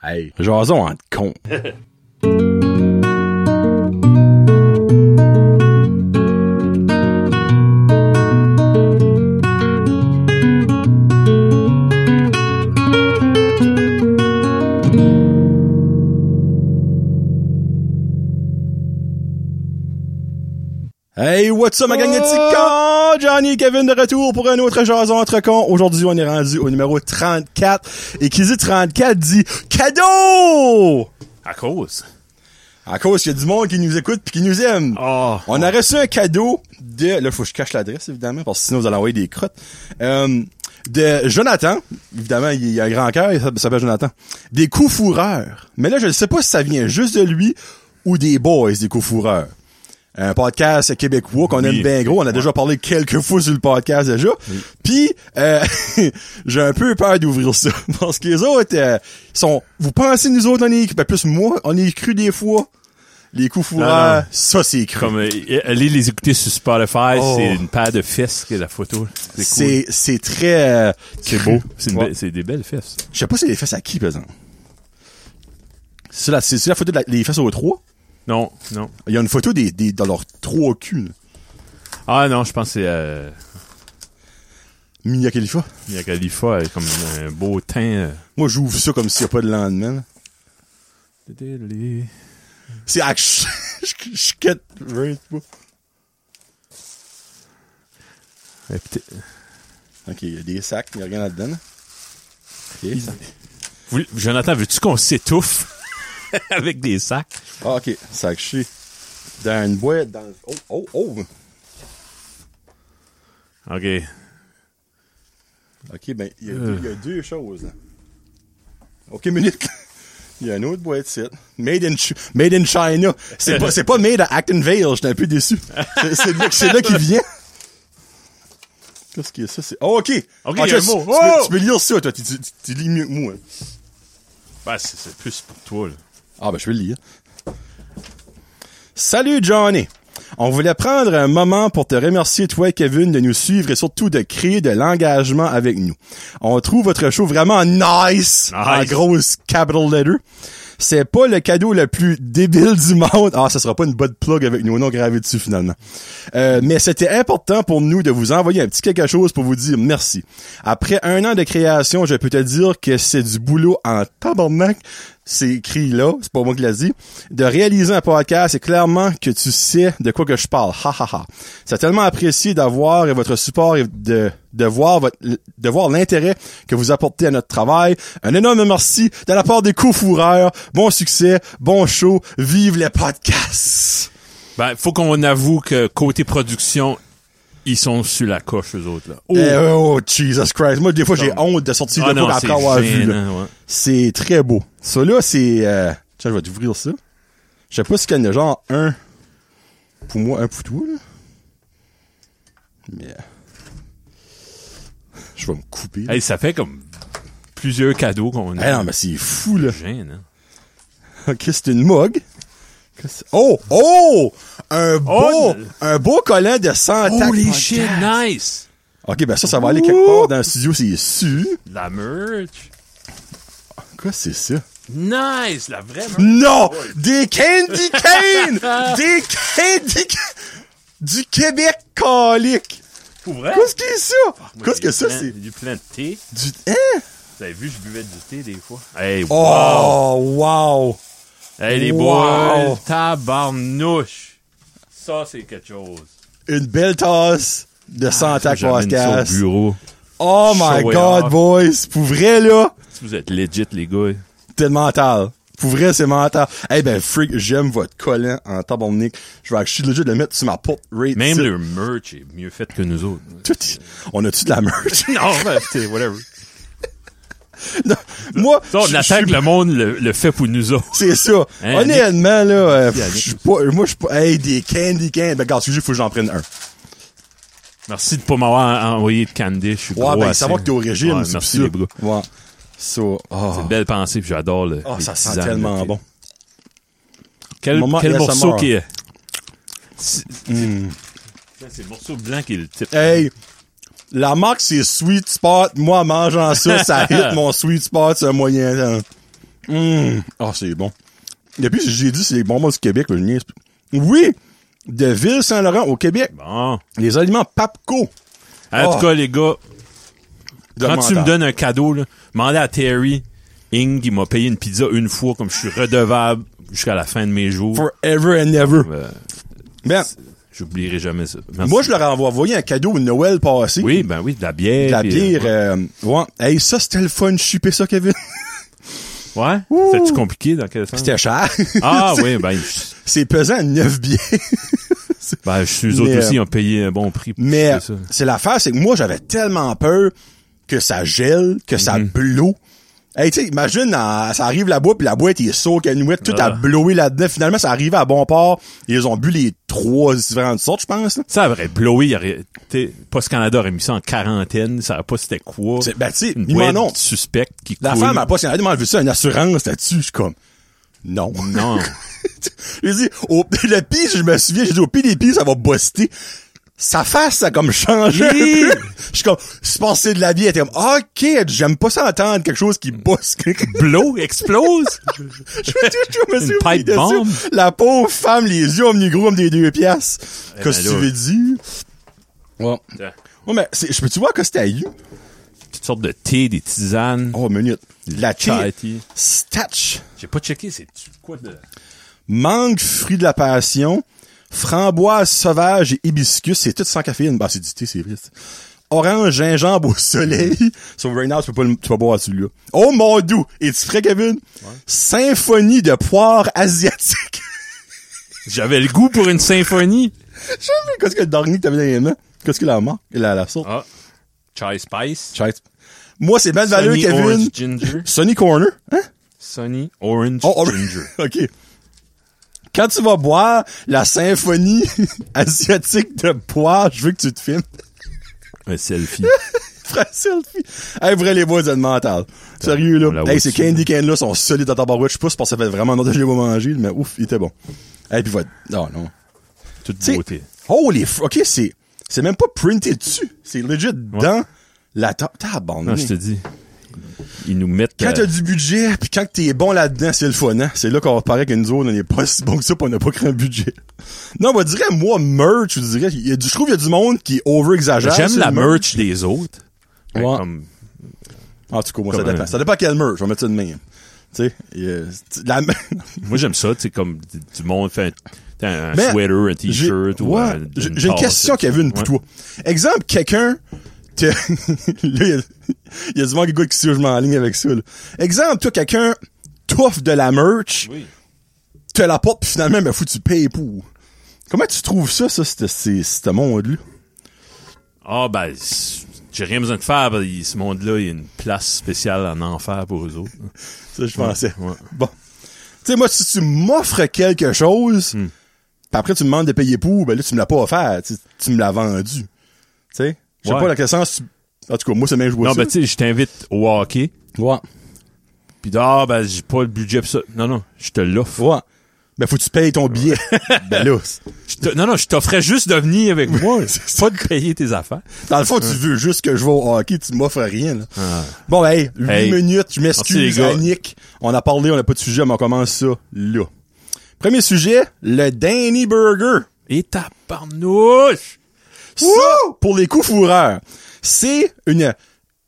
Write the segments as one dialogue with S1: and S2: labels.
S1: Hey, jason en con. Hey, what's up, ma gang de petits cons? Johnny et Kevin de retour pour un autre jason entre cons. Aujourd'hui, on est rendu au numéro 34. Et qui dit 34 dit cadeau!
S2: À cause.
S1: À cause qu'il y a du monde qui nous écoute puis qui nous aime.
S2: Oh.
S1: On a reçu un cadeau de... Là, faut que je cache l'adresse, évidemment, parce que sinon, vous allez envoyer des crottes. Euh, de Jonathan. Évidemment, il il a un grand cœur, il s'appelle- s'appelle Jonathan. Des coups fourreurs. Mais là, je ne sais pas si ça vient juste de lui ou des boys des coups fourreurs. Un podcast québécois qu'on aime bien gros. On a déjà parlé quelques fois sur le podcast déjà. Puis, euh, j'ai un peu peur d'ouvrir ça. Parce que les autres, euh, sont... Vous pensez, nous autres, on est... Ben, plus moi, on est cru des fois. Les coups
S2: Non,
S1: fourreurs,
S2: non.
S1: ça, c'est cru.
S2: Comme, euh, allez les écouter sur Spotify,
S1: Oh.
S2: c'est une paire de fesses que la photo. C'est
S1: C'est c'est très euh,
S2: cool. C'est
S1: cru.
S2: beau. C'est une
S1: Ouais.
S2: belle- c'est des belles fesses.
S1: Je sais pas si les fesses à qui par exemple. C'est la c'est c'est la photo de la- les fesses aux trois.
S2: Non, non.
S1: Il y a une photo des des dans leurs trois culs. là.
S2: Ah non, je pense que c'est euh,
S1: Mia Khalifa.
S2: Mia Khalifa avec comme un beau teint.
S1: Moi j'ouvre ça comme s'il y a pas de lendemain. là.
S2: euh.
S1: C'est ah, je je- je quitte. Je sais pas.
S2: Ouais, peut-être.
S1: Ok, il y a des sacs, il y a rien là-dedans. là. Ok.
S2: Vous- Jonathan, veux-tu qu'on s'étouffe avec des sacs?
S1: Ah, ok, sac chier. Dans une boîte, dans. Oh, oh, oh!
S2: OK. Ben,
S1: Ok, ben, il y, a
S2: Euh.
S1: deux- il y a deux choses. là. Ok, minute. Il y a une autre boîte ici. Made in, Chi- made in China. C'est pas, c'est pas made à Acton Vale. J'étais un peu déçu. C'est- C'est de là, que- c'est de là qu'il vient. Qu'est-ce qu'il y a ça? C'est... Oh, ok.
S2: Ok,
S1: Ah,
S2: il y a un
S1: tu,
S2: mot.
S1: tu
S2: Oh!
S1: peux, tu peux lire ça, toi. Tu, tu- tu- tu lis mieux que moi. hein.
S2: Ben, c'est- c'est plus pour toi, là.
S1: Ah, ben, je vais le lire. Salut, Johnny. On voulait prendre un moment pour te remercier, toi et Kevin, de nous suivre et surtout de créer de l'engagement avec nous. On trouve votre show vraiment nice, en
S2: Nice.
S1: grosse capital letter. C'est pas le cadeau le plus débile du monde. Ah, ça sera pas une bonne plug avec nos noms gravés dessus, finalement. Euh, mais c'était important pour nous de vous envoyer un petit quelque chose pour vous dire merci. Après un an de création, je peux te dire que c'est du boulot en tabarnak. C'est écrit là, c'est pas moi qui l'ai dit. De réaliser un podcast, c'est clairement que tu sais de quoi que je parle. Ha ha ha. C'est tellement apprécié d'avoir et votre support et de, de voir votre, de voir l'intérêt que vous apportez à notre travail. Un énorme merci de la part des cofoureurs. Bon succès, bon show, vive les podcasts.
S2: Ben, faut qu'on avoue que côté production, ils sont sur la coche, eux autres, là. Oh!
S1: Eh, Oh, Jesus Christ. Moi, des fois, j'ai
S2: Comme-
S1: honte de sortir
S2: Ah
S1: de quoi
S2: non,
S1: après
S2: c'est
S1: avoir vu. là.
S2: gênant, ouais.
S1: C'est très beau. Ça là, c'est. Euh... Tiens, je vais t'ouvrir ça. Je sais pas si qu'il y en a genre un pour moi, un pour toi, là. Mais. euh, Je vais me couper. là.
S2: Hey, ça fait comme plusieurs cadeaux qu'on a. hein.
S1: Eh non, mais c'est fou, là.
S2: Gênant.
S1: Ok, c'est une mug. Qu'est-ce que c'est? Oh! Oh! Un beau,
S2: Oh!
S1: un beau collant de 100 tacs.
S2: nice!
S1: Ok, ben ça, ça va aller quelque part dans le studio, c'est sûr.
S2: La merch.
S1: Quoi, c'est ça?
S2: Nice! La vraie merch.
S1: Non! Des candy canes! des candy canes! Du Québec calique!
S2: Pour vrai?
S1: Qu'est-ce que c'est ça? Qu'est-ce que ça, c'est?
S2: J'ai du plein de thé.
S1: Du... Hein?
S2: Vous avez vu, je buvais du thé des fois. Hey, wow!
S1: Oh, wow!
S2: Hey, les
S1: wow.
S2: boys! Tabarnouche! Ça, c'est quelque chose.
S1: Une belle tasse de Santa
S2: Ah, J'amène ça au
S1: Ah, Podcast.
S2: bureau.
S1: Oh my
S2: Show it
S1: God,
S2: off.
S1: boys! Pour vrai, là,
S2: Si vous êtes legit, les gars.
S1: t'es mental. Pour vrai, c'est mental. Eh ben, freak, j'aime votre collant en tabarnak. Je vais, je suis obligé de le mettre sur ma porte right
S2: Même
S1: ici.
S2: leur merch est mieux fait que nous autres.
S1: Tout- On a-tu de la merch?
S2: non, ben, t'es- whatever.
S1: Non. Moi,
S2: Ça, on
S1: je- je
S2: attaque, le monde le, le fait pour nous autres.
S1: C'est ça.
S2: Hein,
S1: Honnêtement, là, euh,
S2: Merci, Alex.
S1: je suis pas, moi, je suis pas, hey, des candy candy. Ben, regarde, excusez, faut que j'en prenne un.
S2: Merci de pas m'avoir en- envoyé de candy. Je suis
S1: Ouais,
S2: gros
S1: ben,
S2: assez.
S1: savoir que t'es au régime,
S2: Ouais,
S1: c'est
S2: merci,
S1: pour
S2: les
S1: ça.
S2: gars.
S1: Ouais. So, oh,
S2: C'est une belle pensée, puis j'adore le.
S1: oh,
S2: les
S1: ça sent
S2: tisanes,
S1: tellement
S2: là.
S1: bon.
S2: Quel,
S1: Moment
S2: quel
S1: ASMR.
S2: morceau qui est. C'est
S1: Hmm.
S2: Ça, c'est le morceau blanc qui est le type.
S1: Hey, la marque, c'est Sweet Spot. Moi, en mangeant ça, ça hit mon Sweet Spot, c'est un moyen. temps. Mmh. Ah, c'est bon. Depuis, j'ai dit c'est les bonbons du Québec, là, je niaise. Oui! De Ville-Saint-Laurent au Québec,
S2: Bon.
S1: les aliments Papco.
S2: En
S1: Oh.
S2: tout cas, les gars, quand tu me
S1: Demandant.
S2: donnes un cadeau, là, demandez à Terry Ing, il m'a payé une pizza une fois, comme je suis redevable jusqu'à la fin de mes jours.
S1: Forever and ever.
S2: Euh,
S1: Ben,
S2: J'oublierai jamais ça. Merci.
S1: moi, je leur ai envoyé un cadeau au Noël passé.
S2: Oui, ben oui, de la bière.
S1: De la
S2: puis,
S1: bière,
S2: euh,
S1: euh, ouais. Hey, ça, c'était le fun, chuper ça, Kevin.
S2: ouais. C'était-tu compliqué dans quel sens?
S1: C'était cher.
S2: Ah oui, ben, je-
S1: C'est pesant, 9 billets.
S2: ben, je suis eux autres
S1: Mais, euh,
S2: aussi, ils ont payé un bon prix. pour
S1: Mais
S2: acheter ça.
S1: c'est l'affaire, c'est que moi, j'avais tellement peur que ça gèle, que ça
S2: Mm-hmm.
S1: blow. Hey, tu sais, imagine, en- ça arrive là-bas, puis la boîte est sourde, canouette, tout
S2: Ah.
S1: a blowé là-dedans. Finalement, ça arrive à bon port. Ils ont bu les trois différentes sortes, je pense. là.
S2: Ça aurait blowé, il aurait, t'sais, Post Canada aurait mis ça en quarantaine, ça savait pas c'était quoi.
S1: C'est- Ben, tu sais,
S2: une
S1: ils m'en
S2: boîte
S1: ont.
S2: suspecte qui
S1: La
S2: coule.
S1: femme a pas signé, elle m'a enlevé ça, une assurance là-dessus. Je suis comme, non.
S2: Non.
S1: J'ai dit, au, le pire, je me souviens, j'ai dit, au pire des pires, ça va buster. Sa face, ça a comme changé. un
S2: Hi!
S1: peu. Je suis comme, c'est passé de la vie, elle était comme, ok, j'aime pas ça entendre quelque chose qui bosse. je me suis-
S2: Blow, explose.
S1: je me suis
S2: Une
S1: oublié
S2: pipe
S1: de ça.
S2: bombe.
S1: La pauvre femme, les yeux omnigros, omni deux piastres.
S2: Eh
S1: Qu'est-ce que
S2: ben
S1: tu
S2: là.
S1: veux dire? Ouais. Ouais, mais, c'est- je peux-tu voir que c'était à you?
S2: Toutes sortes de thé, des tisanes.
S1: Oh, minute. La thé.
S2: chai tea.
S1: Statch.
S2: J'ai pas checké, c'est quoi de...
S1: mangue, fruit de la passion, framboise sauvage et hibiscus, c'est tout sans caféine. Bah, c'est du thé, c'est vrai. ça. Orange, gingembre au soleil.
S2: Mm-hmm.
S1: Sur right now, tu peux pas, le- tu peux pas boire celui-là. Oh mon doux! Es-tu prêt, Kevin? Symphonie de poire asiatique.
S2: J'avais le goût pour une symphonie.
S1: Je sais pas, qu'est-ce que le dernier que t'avais dans les mains? Qu'est-ce que la marque? La, la sorte?
S2: Ah. Chai Spice.
S1: Shit. Moi, c'est Ben Valeur,
S2: Sunny Orange
S1: Kevin.
S2: Ginger.
S1: Sunny Corner. Hein?
S2: Sunny Orange
S1: Oh, oh,
S2: Ginger.
S1: OK. Quand tu vas boire la symphonie asiatique de poire, je veux que tu te filmes.
S2: Un selfie.
S1: Frère selfie. Hey, vrai, les boys, c'est mental. Sérieux,
S2: on la
S1: là.
S2: voit
S1: Hey, ces
S2: dessus,
S1: candy cans-là sont solides à tabarouette. Je sais pas si parce que ça fait vraiment longtemps que je l'ai pas mangé, mais ouf, il était bon. Hey, puis votre... Non, non.
S2: Toute
S1: T'sais,
S2: beauté.
S1: oh, les... fr- OK, c'est... C'est même pas printé dessus. C'est legit dans la table.
S2: Non, je te dis. Ils nous mettent...
S1: Quand
S2: euh,
S1: t'as du budget, puis quand t'es bon là-dedans, c'est le fun, hein? C'est là qu'on paraît que nous autres, on n'est pas si bon que ça, pis on n'a pas grand budget. Non, on va dire, moi, merch, je dirais, il y a du- je trouve qu'il y a du monde qui over-exagère.
S2: J'aime
S1: sur
S2: la
S1: le merch.
S2: merch des autres. Ben,
S1: Ouais.
S2: comme-
S1: En tout cas, moi, ça
S2: Comme
S1: dépend.
S2: un-
S1: Ça dépend quel merch, on va mettre ça de même. Tu sais, euh, c'est- la
S2: moi, j'aime ça, tu sais, comme du du monde fait un, t'as un
S1: Mais
S2: sweater, un
S1: Ben, J'ai
S2: t-shirt. ou
S1: ouais,
S2: un-
S1: j'ai- j'ai une
S2: tasse,
S1: question,
S2: tu sais.
S1: Kevin, pour
S2: Ouais.
S1: toi. Exemple, quelqu'un... te- là, il y a- il y, a du monde qui goûte qui sait où je m'enligne avec ça. là. Exemple, toi, quelqu'un touffe de la merch,
S2: Oui.
S1: te la porte, puis finalement, ben, faut que tu payes pour. Comment tu trouves ça, ça, c'est ce monde-là?
S2: Ah, ben, c'est- j'ai rien besoin de faire. parce que ce monde-là, il y a une place spéciale en enfer pour eux autres.
S1: Ça, je pensais.
S2: ouais.
S1: Bon. Tu sais, moi, si tu m'offres quelque chose,
S2: Hmm.
S1: pis après, tu me demandes de payer pour, ben là, tu me l'as pas offert. Tu, tu me l'as vendu. Tu sais? Je sais
S2: Ouais.
S1: pas dans quel sens tu... En tout cas, moi, c'est bien joué
S2: Non,
S1: ça.
S2: ben, tu sais, je t'invite au hockey.
S1: ouais.
S2: Puis, ah, ben, j'ai pas le budget pour ça. Non, non, je te l'offre.
S1: Ouais. Ben, faut que tu payes ton billet. ben là, c'est-
S2: Je te- Non, non, je t'offrais juste de venir avec moi. pas de payer tes affaires.
S1: dans le fond, tu veux juste que je vais au hockey, tu m'offres rien. Là. Bon, ben, hey, 8
S2: Ah. Hey.
S1: minutes, je
S2: Merci,
S1: m'excuse,
S2: les gars.
S1: Annick. On a parlé, on n'a pas de sujet, mais on commence ça là. Premier sujet, le Danny Burger.
S2: Et ta parnouche!
S1: Ça, pour les coups fourreurs, c'est une,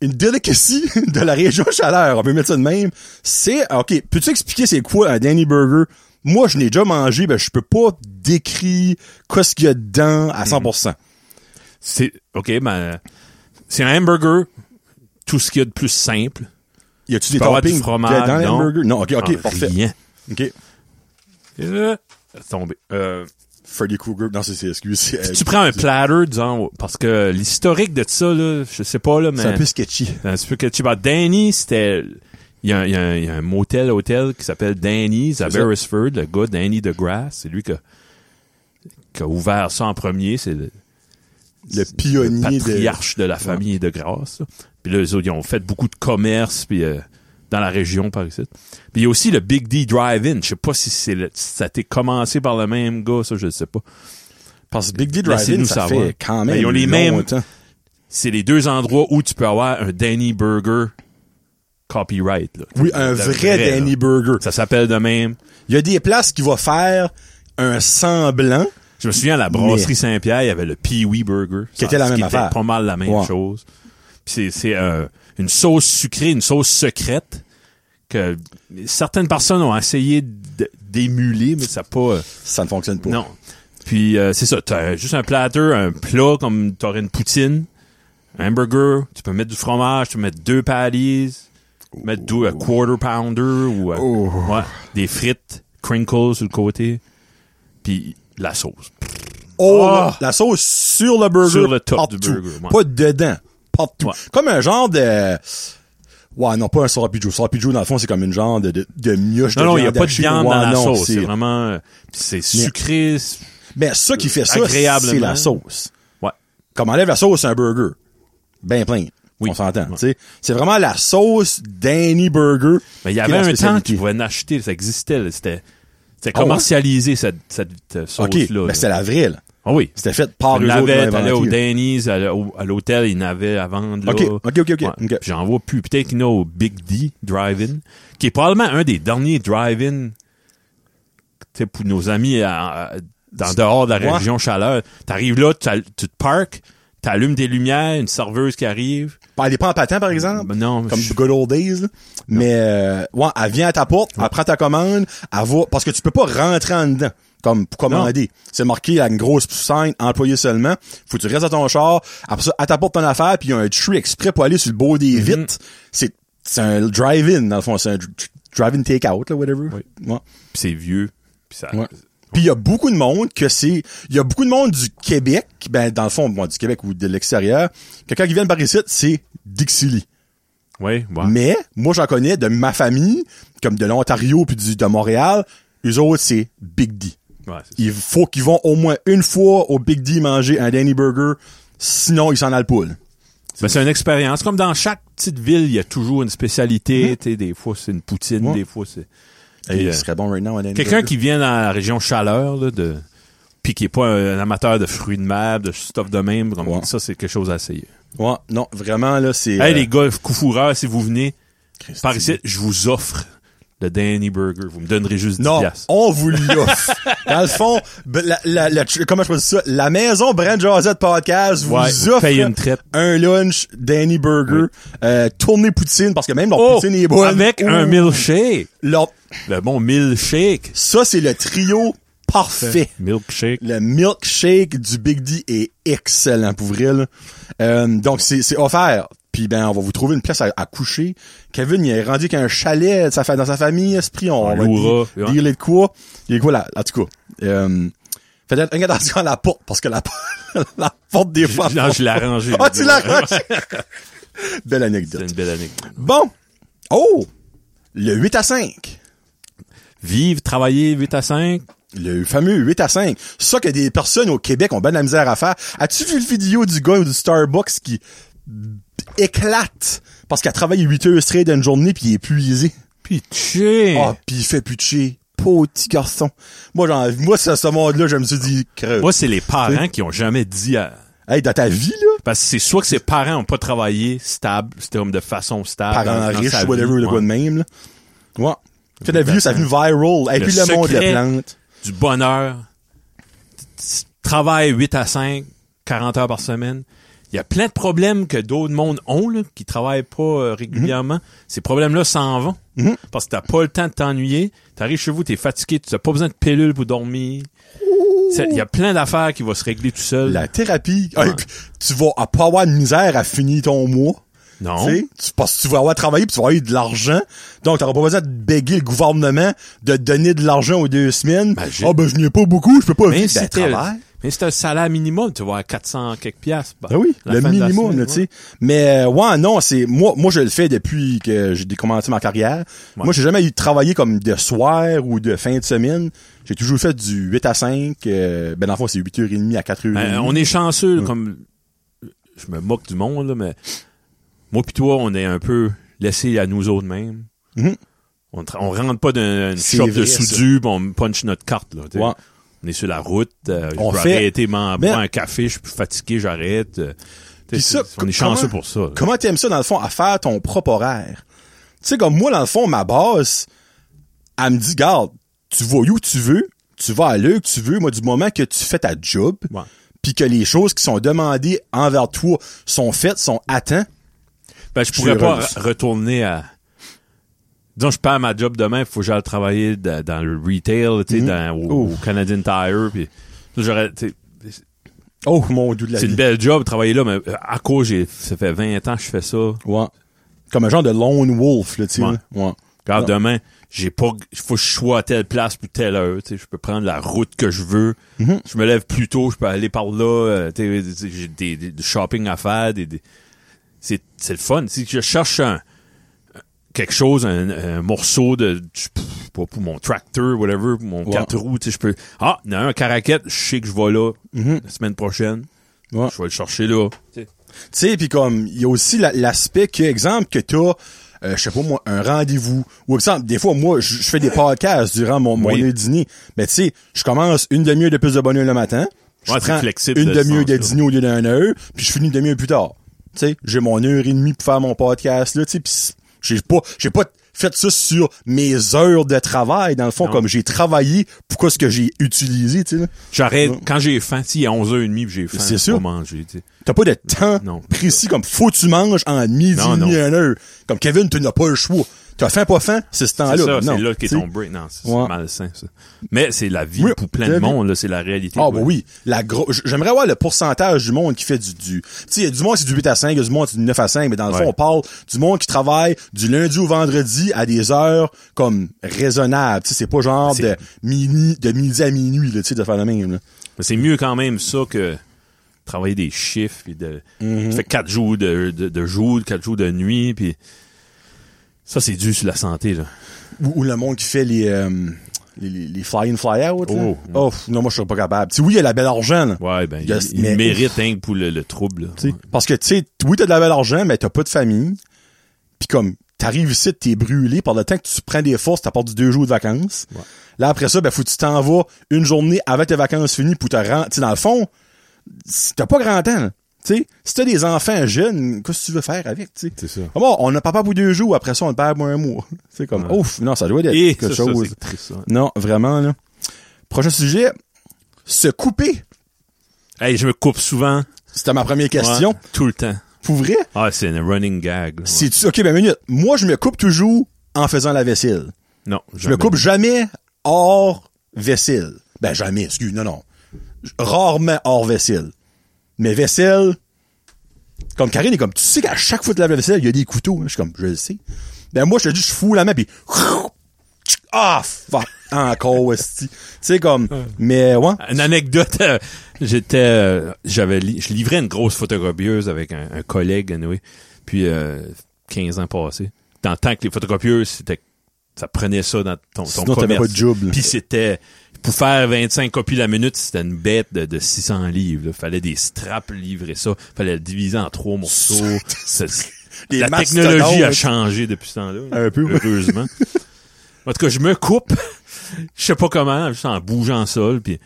S1: une délicatie de la région chaleur. On peut mettre ça de même. C'est, ah, ok, peux-tu expliquer c'est quoi un Danny Burger? Moi, je n'ai déjà mangé, ben, je peux pas décrire qu'est-ce qu'il y a dedans
S2: Mhm.
S1: à 100%.
S2: C'est, ok, ben, c'est un hamburger. Tout ce qu'il y a de plus simple.
S1: Y a-tu des
S2: peux avoir
S1: toppings
S2: du fromage,
S1: dans les
S2: non.
S1: hamburgers? Non, ok, ok,
S2: Ah,
S1: parfait.
S2: rien.
S1: Ok.
S2: Euh, tombé. Euh,
S1: Freddy Krueger. Non, c'est, c'est, excuse. c'est-
S2: tu prends un platter, disons, parce que l'historique de ça, là, je sais pas, là, mais...
S1: C'est un peu sketchy.
S2: C'est un petit peu que tu vas Danny, c'était... Il y, a, un- il y a un- il y a un motel hôtel qui s'appelle Danny's à
S1: C'est ça.
S2: Beresford, le gars Danny DeGrasse, c'est lui qui a, qui a ouvert ça en premier, c'est le,
S1: Le pionnier de...
S2: patriarche de... la famille de Grasse. là. Puis là, eux autres, ils ont fait beaucoup de commerce puis, euh, dans la région par ici. Puis il y a aussi le Big D Drive-In. Je sais pas si, c'est le- si ça a été commencé par le même gars, ça, je sais pas.
S1: Parce que Big D Drive-In,
S2: Laissez-nous
S1: ça
S2: savoir.
S1: fait quand même
S2: Ben, ils ont les mêmes-
S1: longtemps.
S2: C'est les deux endroits où tu peux avoir un Danny Burger copyright. là.
S1: Oui, un
S2: Le
S1: vrai,
S2: là.
S1: Danny Burger.
S2: Ça s'appelle de même.
S1: Il y a des places qui vont faire un semblant.
S2: Je me souviens, à la brasserie Saint-Pierre, il y avait le Pee-Wee Burger.
S1: Qui était la
S2: ce
S1: même affaire.
S2: pas mal la même
S1: Ouais.
S2: chose. Puis c'est, c'est euh, une sauce sucrée, une sauce secrète que certaines personnes ont essayé d- d'émuler, mais ça n'a pas... euh,
S1: Ça ne fonctionne pas.
S2: Non. Puis euh, c'est ça, t'as juste un platter, un plat comme t'aurais une poutine, un hamburger, tu peux mettre du fromage, tu peux mettre deux patties, mettre deux, un quarter pounder ou euh,
S1: Oh.
S2: ouais, des frites, crinkles sur le côté, puis la sauce.
S1: Oh,
S2: Ah!
S1: la sauce sur le burger.
S2: Sur le top
S1: partout.
S2: du burger, ouais.
S1: Pas dedans. Partout.
S2: Ouais.
S1: Comme un genre de... Ouais, non, pas un sloppy joe. Sloppy joe, dans le fond, c'est comme une genre de, de, de mioche
S2: Non,
S1: de
S2: non, il n'y a
S1: viande
S2: pas de
S1: hachée.
S2: viande
S1: Ouais,
S2: dans la
S1: non,
S2: sauce. C'est
S1: c'est-
S2: vraiment... euh, puis c'est sucré. c'est-
S1: Mais ça qui fait ça, c'est
S2: Agréablement.
S1: la sauce.
S2: Ouais.
S1: Comme enlève la sauce, c'est un burger. Ben plein.
S2: Oui.
S1: On s'entend.
S2: Ouais.
S1: tu sais. C'est vraiment la sauce Danny Burger.
S2: Mais il y
S1: qui
S2: avait
S1: est la
S2: un temps que
S1: spécialité.
S2: tu pouvais en acheter, ça existait. là, C'était c'était
S1: Ah ouais?
S2: commercialisé, cette, cette euh,
S1: OK,
S2: sauce-là.
S1: mais
S2: là.
S1: c'était la vraie, là.
S2: Ah oui.
S1: C'était fait par
S2: Il
S1: eux autres.
S2: l'avait,
S1: ils l'ont
S2: t'allais au
S1: inventé, là.
S2: Denny's, à la- au- à l'hôtel, il n'avait à vendre là.
S1: OK, OK, OK, OK, OK.
S2: Puis J'en vois plus. Peut-être qu'il y en a au Big D Drive-In, qui est probablement un des derniers drive-in tu sais, pour nos amis à- à- dans dehors de la
S1: Ouais.
S2: région chaleur. T'arrives là, t'as- tu te parques, t'allumes des lumières, une serveuse qui arrive.
S1: Elle est pas en patin, par exemple.
S2: Mais Ben non,
S1: comme
S2: je-
S1: Good Old Days. là. Mais euh, ouais, elle vient à ta porte, elle prend ta commande, elle va parce que tu peux pas rentrer en dedans comme pour commander. C'est marqué à une grosse scène, employé seulement. Faut que tu restes à ton char. Après ça, elle t'apporte ton affaire, puis il y a un tree exprès pour aller sur le beau des
S2: Mm-hmm.
S1: vitres. C'est c'est un drive-in dans le fond, c'est un dr- drive-in take-out là, whatever.
S2: Oui.
S1: Ouais.
S2: Puis c'est vieux. Puis ça...
S1: Ouais. Puis il y a beaucoup de monde que c'est, il y a beaucoup de monde du Québec, ben dans le fond, moi du Québec ou de l'extérieur, que quand ils viennent par ici, c'est Dixili.
S2: Ouais, ouais.
S1: Mais moi, j'en connais de ma famille, comme de l'Ontario puis du, de Montréal. Eux autres, c'est Big D.
S2: Ouais, c'est ça.
S1: Il faut qu'ils vont au moins une fois au Big D manger un Danny Burger, sinon ils s'en allent pas. là.
S2: Ben, c'est une expérience. Comme dans chaque petite ville, il y a toujours une spécialité. Tu sais, des fois, c'est une poutine,
S1: Mm-hmm. Ouais.
S2: des fois, c'est...
S1: Hey,
S2: Puis, euh,
S1: il serait bon right now un Danny
S2: Quelqu'un
S1: Burger.
S2: qui vient dans la région chaleur, là, de, puis qui est pas un, un amateur de fruits de mer, de stuff de même, comme
S1: Ouais.
S2: ça, c'est quelque chose à essayer.
S1: Ouais, non, vraiment, là, c'est...
S2: Hey,
S1: euh,
S2: les gars, coufoureurs, si vous venez
S1: Christy.
S2: par ici, je vous offre le Danny Burger. Vous me donnerez juste 10
S1: Non,
S2: piastres.
S1: on vous l'offre. Dans le fond, b- la, la- la- tr- comment je peux dire ça? La maison Brand Josette Podcast vous
S2: Ouais, vous
S1: offre
S2: payez une traite.
S1: un lunch Danny Burger, euh, tournée poutine, parce que même leur
S2: Oh,
S1: poutine est bonne.
S2: avec
S1: Ouh.
S2: un milkshake.
S1: Leur-
S2: Le bon milkshake.
S1: Ça, c'est le trio parfait.
S2: Milkshake.
S1: Le milkshake du Big D est excellent pour vrai. là. Euh, donc, c'est c'est offert. Puis ben, on va vous trouver une place à, à coucher. Kevin, il est rendu qu'un chalet de sa fa- dans sa famille, esprit, on, va
S2: On louera,
S1: dire
S2: ouais.
S1: dealer de quoi. Il est quoi là? En tout cas. Euh, Faites attention à la porte, parce que la, por- la porte des fois.
S2: Non, je l'ai arrangé.
S1: Ah, tu l'as arraché! Belle anecdote.
S2: C'est une belle anecdote.
S1: Bon. Oh! Le 8 à 5.
S2: Vivre, travailler 8 à 5.
S1: Le fameux 8 à 5. Ça que des personnes au Québec ont bien de la misère à faire. As-tu vu le vidéo du gars du Starbucks qui éclate parce qu'il a travaillé 8 heures straight d'une journée puis il est épuisé?
S2: Puis chier.
S1: Ah, puis il fait putcher. Pauvre petit garçon. Moi, j'en, moi, ce, ce monde-là, je me suis dit, creux.
S2: Moi, c'est les parents qui ont jamais dit à,
S1: Hey, dans ta vie, là,
S2: Parce que c'est soit que ses parents ont pas travaillé stable, c'était comme de façon stable.
S1: parents
S2: Ah, dans- dans
S1: riches,
S2: sa vie,
S1: whatever, de
S2: ouais.
S1: quoi de même, là. Ouais. Tu sais, la vidéo, ça a venu viral. Et
S2: Le
S1: puis le monde la
S2: secret.
S1: plante.
S2: Du bonheur. T- t- Travail 8 à 5, 40 heures par semaine. Il y a plein de problèmes que d'autres mondes ont, là, qui travaillent pas
S1: Mhm.
S2: euh, régulièrement. Ces problèmes-là s'en vont. Parce que t'as pas le temps de t'ennuyer. T'arrives chez vous, t'es fatigué, tu n'as pas besoin de pilules pour dormir. C'est- Il y a plein d'affaires qui vont se régler tout seul.
S1: La thérapie. Hey, puis tu vas pas avoir de misère à finir ton mois.
S2: Non.
S1: Tu sais, tu- parce que tu vas avoir travaillé puis tu vas avoir eu de l'argent. Donc, t'auras pas besoin de béguer le gouvernement, de donner de l'argent aux deux semaines. Ah,
S2: Imagine.
S1: ben, je n'ai pas beaucoup, je peux pas
S2: Mais
S1: vivre.
S2: si
S1: Ben,
S2: t'as
S1: travaille.
S2: mais si t'as un salaire minimum, tu vas à 400 quelques piastres. bah,
S1: Ben oui,
S2: la
S1: le
S2: fin de la
S1: minimum,
S2: semaine,
S1: là,
S2: ouais.
S1: tu sais. Mais, euh, ouais, non, c'est, moi, moi, je le fais depuis que j'ai commencé ma carrière. Moi, j'ai jamais eu travaillé comme de soir ou de fin de semaine. J'ai toujours fait du 8 à 5, euh, ben, dans le fond, c'est 8h30 à 4h30.
S2: Ben, on est chanceux, là, comme euh, je me moque du monde, là, mais moi puis toi, on est un peu laissés à nous autres mêmes.
S1: Mhm.
S2: On, tra- on rentre pas dans une
S1: C'est
S2: shop de
S1: vrai, ça.
S2: soudure, pis on punch notre carte. Là, tu sais.
S1: Ouais.
S2: On est sur la route, euh, je
S1: On
S2: peux
S1: fait-
S2: arrêter, m'en
S1: Mais-
S2: boire un café, je suis plus fatigué, j'arrête. euh, tu
S1: Puis ça,
S2: sais, on est
S1: comment-
S2: chanceux pour ça. là.
S1: Comment t'aimes ça, dans le fond, à faire ton propre horaire? sais, comme moi, dans le fond, ma boss, elle me dit, garde, tu vas où tu veux, tu vas à l'heure que tu veux, moi, du moment que tu fais ta job,
S2: Ouais.
S1: puis que les choses qui sont demandées envers toi sont faites, sont atteintes,
S2: Ben, je
S1: Je
S2: pourrais
S1: suis
S2: pas
S1: heureux.
S2: re- retourner à. Disons, je perds ma job demain, il faut que j'aille travailler da- dans le retail, tu sais,
S1: Mhm.
S2: dans- au, au Canadian Tire. Puis, là, j'aurais, tu sais,
S1: oh, mon dieu de la
S2: c'est une
S1: vie.
S2: belle job, travailler là, mais euh, à cause, j'ai, ça fait 20 ans que je fais ça.
S1: Ouais. Comme un genre de lone wolf, là, tu sais.
S2: Ouais.
S1: là. Ouais.
S2: Regarde,
S1: Non.
S2: demain, j'ai pas, faut que je sois à telle place pour telle heure, tu sais, je peux prendre la route que je veux.
S1: Mm-hmm.
S2: Je me lève plus tôt, je peux aller par là, euh, tu sais, tu sais, j'ai des, des- du shopping à faire, des, des- c'est, c'est le fun. Si je cherche un, quelque chose, un, un morceau de, je- pff, pour, pour mon tracteur, whatever, pour mon
S1: Ouais.
S2: quatre roues, tu sais, je peux, ah, il y en a un caraquette, je sais que je vais là, la semaine prochaine.
S1: Mm-hmm. Ouais.
S2: Je vais le chercher là.
S1: Tu sais, puis comme, il y a aussi la- l'aspect que, exemple, que t'as, euh, je sais pas moi, un rendez-vous. Ou exemple, des fois, moi, je je fais des podcasts durant mon, mon
S2: Oui.
S1: heure de dîner. Mais tu sais, je commence une demi-heure de plus de bonheur le matin. Je
S2: Ouais, c'est
S1: prends
S2: flexible
S1: une
S2: de ce
S1: demi-heure de
S2: sens-là.
S1: dîner au lieu d'une heure, puis je finis une demi-heure plus tard. Tu sais, j'ai mon heure et demie pour faire mon podcast, là, tu sais, puis j'ai pas, j'ai pas fait ça sur mes heures de travail, dans le fond,
S2: Non.
S1: comme j'ai travaillé, pourquoi est-ce que j'ai utilisé, tu sais, là.
S2: J'arrête, quand j'ai faim, si il est 11h30 j'ai faim,
S1: C'est
S2: je vais
S1: sûr.
S2: manger, tu sais.
S1: T'as pas de temps
S2: Non.
S1: précis comme faut que tu manges en midi,
S2: Non, non.
S1: ni une heure. Comme Kevin, tu n'as pas le choix. T'as faim, pas faim, c'est ce
S2: C'est
S1: temps-là.
S2: ça,
S1: Ah, Non,
S2: c'est là qu'est
S1: t'sais.
S2: ton break. Non, c'est c'est
S1: Ouais.
S2: malsain, ça. Mais c'est la vie
S1: Oui,
S2: pour plein
S1: la
S2: de
S1: vie.
S2: monde, là, c'est la réalité.
S1: Ah, bah
S2: quoi.
S1: oui. La gro- j- J'aimerais voir le pourcentage du monde qui fait du, du, tu sais, il y a du monde, c'est du 8 à 5, il y a du monde, c'est du 9 à 5, mais dans le
S2: Ouais.
S1: fond, on parle du monde qui travaille du lundi au vendredi à des heures, comme, raisonnables. Tu sais, c'est pas genre
S2: C'est-
S1: de mini, de midi à minuit, là, tu sais, de faire le même, là.
S2: Mais C'est mieux quand même ça que travailler des chiffres. Puis de,
S1: Mm-hmm.
S2: Tu fais quatre jours de, de, de jour, quatre jours de nuit. Puis ça, c'est dû sur la santé. Là.
S1: ou, ou le monde qui fait les, euh, les, les, les fly-in, fly-out, là.
S2: Oh.
S1: Oh, pff, non, moi, je serais pas capable. Tu sais, oui, il y a la belle argent, là.
S2: Ouais, ben, il,
S1: Yes,
S2: il
S1: mais-
S2: mérite hein, pour le, le trouble. là.
S1: T'sais,
S2: Ouais.
S1: Parce que, tu sais, oui, t'as de la belle argent, mais t'as pas de famille. Puis comme, t'arrives ici, t'es brûlé. Par le temps que tu prends des forces, t'as perdu deux jours de vacances.
S2: Ouais.
S1: Là, après ça, ben, faut que tu t'en vas une journée avec tes vacances finies pour te rendre. Tu sais, dans le fond, si t'as pas grand temps. là. Tu sais, si t'as des enfants jeunes, qu'est-ce que tu veux faire avec, tu sais?
S2: C'est ça.
S1: Ah Bon, on a papa pour deux jours, après ça, on le perd pour un mois. C'est comme,
S2: Ouais.
S1: ouf, non, ça doit être
S2: Et
S1: quelque
S2: ça, ça,
S1: chose.
S2: c'est triste, ça.
S1: non, vraiment, là. Prochain sujet, se couper.
S2: Hey, je me coupe souvent.
S1: C'était ma première question.
S2: Ouais, tout le temps.
S1: Pour vrai,
S2: Ah, c'est un running gag. là. Ouais.
S1: Si tu, ok, ben minute. Moi, je me coupe toujours en faisant la vaisselle.
S2: Non,
S1: Je me coupe jamais hors vaisselle. Ben jamais, excuse, non, non. J- Rarement hors vaisselle. Mais vaisselle, comme Karine est comme, tu sais qu'à chaque fois que tu laves la vaisselle, il y a des couteaux. hein. Je suis comme, je le sais. Ben moi, je te dis, je fous la main, puis ah, fuck, encore, esti. Tu sais, comme, mais ouais.
S2: Une anecdote, euh, j'étais, euh, j'avais, li- je livrais une grosse photocopieuse avec un, un collègue, anyway, puis euh, 15 ans passés. Dans le temps que les photocopieuses, c'était, ça prenait ça dans ton, ton
S1: Sinon, t'avais
S2: commerce.
S1: pas de job, là.
S2: Puis c'était, pour faire 25 copies la minute, c'était une bête de, de 600 livres. Là. Fallait des straps livrer ça, fallait le diviser en trois morceaux. Ça, c'est-
S1: Des
S2: la
S1: mastodontes.
S2: technologie a changé depuis ce temps-là.
S1: Un peu, ouais.
S2: Heureusement. en tout cas, je me coupe. Je sais pas comment, juste en bougeant sol. Puis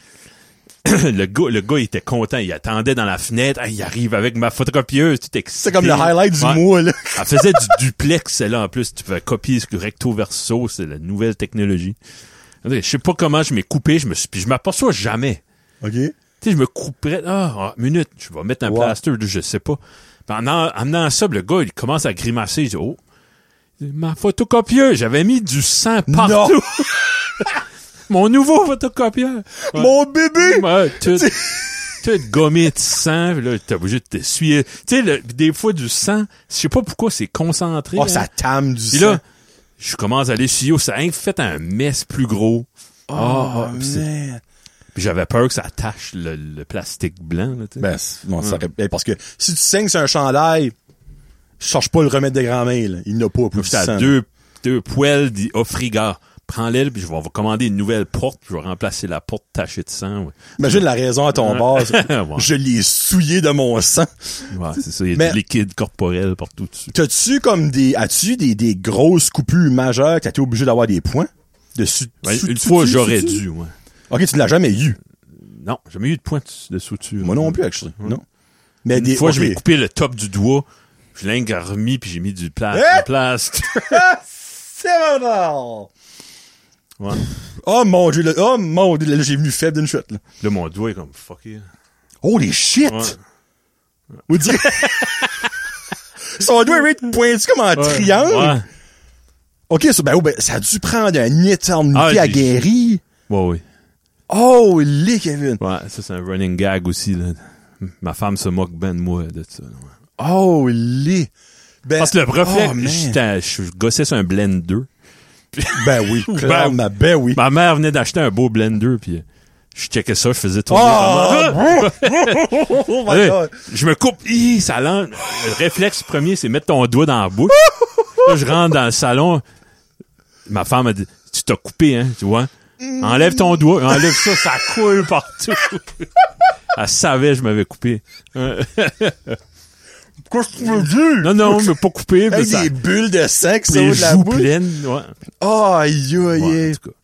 S2: le gars, le gars, il était content. Il attendait dans la fenêtre. Ah, il arrive avec ma photocopieuse. Tu t'excites.
S1: C'est comme le highlight du
S2: Ouais.
S1: mois, là.
S2: Elle faisait du duplex, celle-là, en plus. Tu peux copier ce que recto verso. C'est la nouvelle technologie. Je sais pas comment je m'ai coupé. Je me suis, puis je m'aperçois jamais.
S1: OK.
S2: Tu sais, je me couperais. Ah, ah, minute, je vais mettre un
S1: Ouais.
S2: plaster, je sais pas. Puis en en amenant ça, le gars, il commence à grimacer. Il dit, oh, ma photocopieuse, j'avais mis du sang partout.
S1: Non.
S2: Mon nouveau photocopieur. Ouais.
S1: Mon bébé!
S2: Ouais, tout, tout gommé de sang, puis là, t'es obligé de t'essuyer. Tu sais, le- des fois, du sang, je sais pas pourquoi c'est concentré.
S1: Oh,
S2: hein.
S1: ça tame du
S2: Puis
S1: sang.
S2: là, je commence à aller sur ça a fait un mess plus gros. Ah, ah, puis c'est-
S1: man.
S2: puis j'avais peur que ça attache le, le plastique blanc. Là, tu sais.
S1: Ben, c'est- non,
S2: Mm.
S1: ça aurait- ben, parce que si tu saignes sur un chandail, cherche pas le remède de grand-mère, là. Il n'a pas pour
S2: Puis t'as
S1: ça.
S2: deux, deux poêles dit Offriga. Prends-les, puis je vais on va commander une nouvelle porte, puis je vais remplacer la porte tachée de sang. Ouais,
S1: Imagine la raison à ton base.
S2: Ouais.
S1: Je l'ai souillé de mon sang.
S2: Ouais, c'est ça, il y a
S1: Mais-
S2: du liquide corporel partout dessus.
S1: T'as-tu comme des, as-tu des, des grosses coupures majeures que t'as été obligé d'avoir des points? Dessus.
S2: Ouais, une fois, j'aurais dû, ouais.
S1: Ok, tu ne l'as jamais eu.
S2: Non, j'ai jamais eu de point de, de suture.
S1: Moi non plus, actually. Non. Mais
S2: Une
S1: des
S2: fois, je
S1: ok.
S2: m'ai coupé le top du doigt. Je l'ai encore remis, puis j'ai mis du plastique.
S1: Hein?
S2: plastique.
S1: C'est mon or!
S2: Ouais.
S1: Oh mon dieu, là, oh mon dieu, là, j'ai venu faible d'une chute, là.
S2: Là, mon doigt est comme fucké.
S1: Holy shit!
S2: Ouais.
S1: On dirait... Son doigt est pointu comme en triangle.
S2: Ouais.
S1: Ok, ça, ben, oh, ben, ça a dû prendre une éternité
S2: Ah,
S1: à
S2: j'ai-
S1: guérir.
S2: Ouais, oui.
S1: Holy Kevin!
S2: Ouais, ça, c'est un running gag aussi, là. Ma femme se moque ben de moi, de ça. là, ouais.
S1: Holy! Ben,
S2: Parce que le reflet,
S1: Eh! oh, man.
S2: j'étais- je gossais sur un blender.
S1: Ben oui, clairement, ben oui.
S2: Ma mère venait d'acheter un beau blender, puis euh, je checkais ça, je faisais tourner.
S1: Oh, oh my
S2: Hey,
S1: god!
S2: je me coupe, hi, ça lance. Le réflexe premier, c'est mettre ton doigt dans la bouche. Là, je rentre dans le salon. Ma femme a dit, tu t'as coupé, hein, tu vois. Enlève ton doigt, enlève ça, ça coule partout. Elle savait que je m'avais coupé. Euh,
S1: Qu'est-ce que tu veux dire?
S2: non, non, je m'ai pas coupé, mais
S1: Avec
S2: ça
S1: des bulles de sang qui
S2: les
S1: sortent de la
S2: joues
S1: bouche.
S2: pleines, ouais.
S1: Oh, aïe, aïe,
S2: Ouais,
S1: aïe.
S2: en tout cas,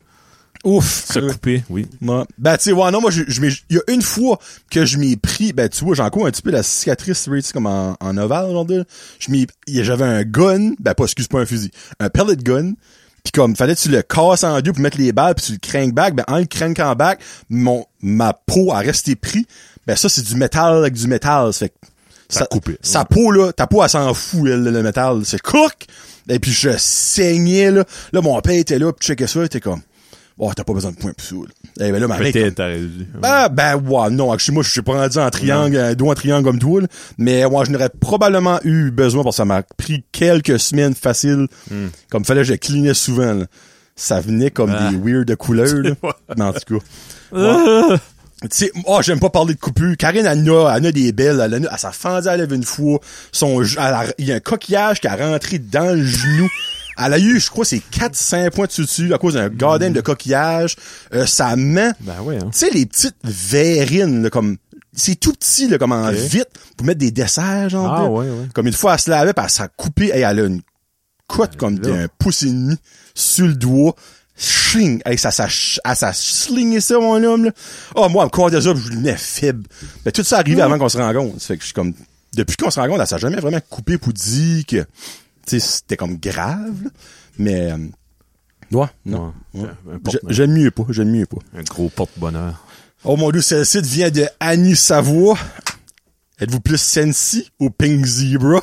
S1: Ouf.
S2: se couper, oui.
S1: Ouais. Ben, tu sais, ouais, non, moi, je, je m'ai- il y a une fois que je m'ai pris, ben, tu vois, j'ai encore un petit peu la cicatrice, tu sais, comme en, en ovale, genre de, je m'ai, il- j'avais un gun, ben, pas, excuse pas, un fusil, un pellet gun, pis comme, fallait que tu le casses en deux pour mettre les balles, puis tu le crank back, ben, en le crankant back, mon, ma peau a resté pris, ben, ça, c'est du métal avec du métal, ça fait que,
S2: Ça a coupé.
S1: Sa peau, là, ta peau, elle s'en fout, elle, le métal, c'est cook! Et puis, je saignais, là. Là, mon père était là, pis checkais ça, il était comme, oh, t'as pas besoin de point plus sourd. Eh ben, là, ma mère,
S2: Peut-être, t'aurais dû.
S1: ah, ben, ouais, non, actually, moi, je suis pas rendu en triangle, un doigt en triangle comme toi, là. mais ouais, je n'aurais probablement eu besoin, parce que ça m'a pris quelques semaines faciles, comme fallait que je clinais souvent, là. Ça venait comme
S2: Ah.
S1: des weird de couleurs, là. Mais en tout cas.
S2: Ah.
S1: Tu sais, oh, j'aime pas parler de coupure. Karine, elle en a, elle en a des belles, elle, en a- elle s'est fendue à la lèvre une fois. Son, ge- elle a- il y a un coquillage qui a rentré dans le genou. Elle a eu, je crois, c'est 4-5 points de dessus à cause d'un goddamn de coquillage. Euh, sa main,
S2: Ben ouais, hein.
S1: tu sais, les petites verrines, là, comme, c'est tout petit, là, comme en
S2: Ok.
S1: vite, pour mettre des desserts, genre.
S2: Ah,
S1: là.
S2: ouais, ouais.
S1: Comme une fois, elle se lavait, puis elle s'est coupée, et elle a une cote comme
S2: là.
S1: un pouce et demi sur le doigt. Ching! Hey, ça, ça, elle ça slingé ça, mon homme, là. Oh, moi, elle me croisait ça, puis je lui venais faible. Mais tout ça
S2: Mm.
S1: arrivait avant qu'on se rencontre. Ça fait que je suis comme, depuis qu'on se rencontre, elle s'est jamais vraiment coupée pour dire que, tu sais, c'était comme grave, là. Mais, euh, ouais, non.
S2: Ouais.
S1: Ouais.
S2: Un porte-
S1: J'ai- J'aime mieux pas, j'aime mieux pas.
S2: Un gros porte-bonheur.
S1: Oh mon dieu, celle-ci vient de Annie Savoie. Êtes-vous plus Sensi ou Pink Zebra?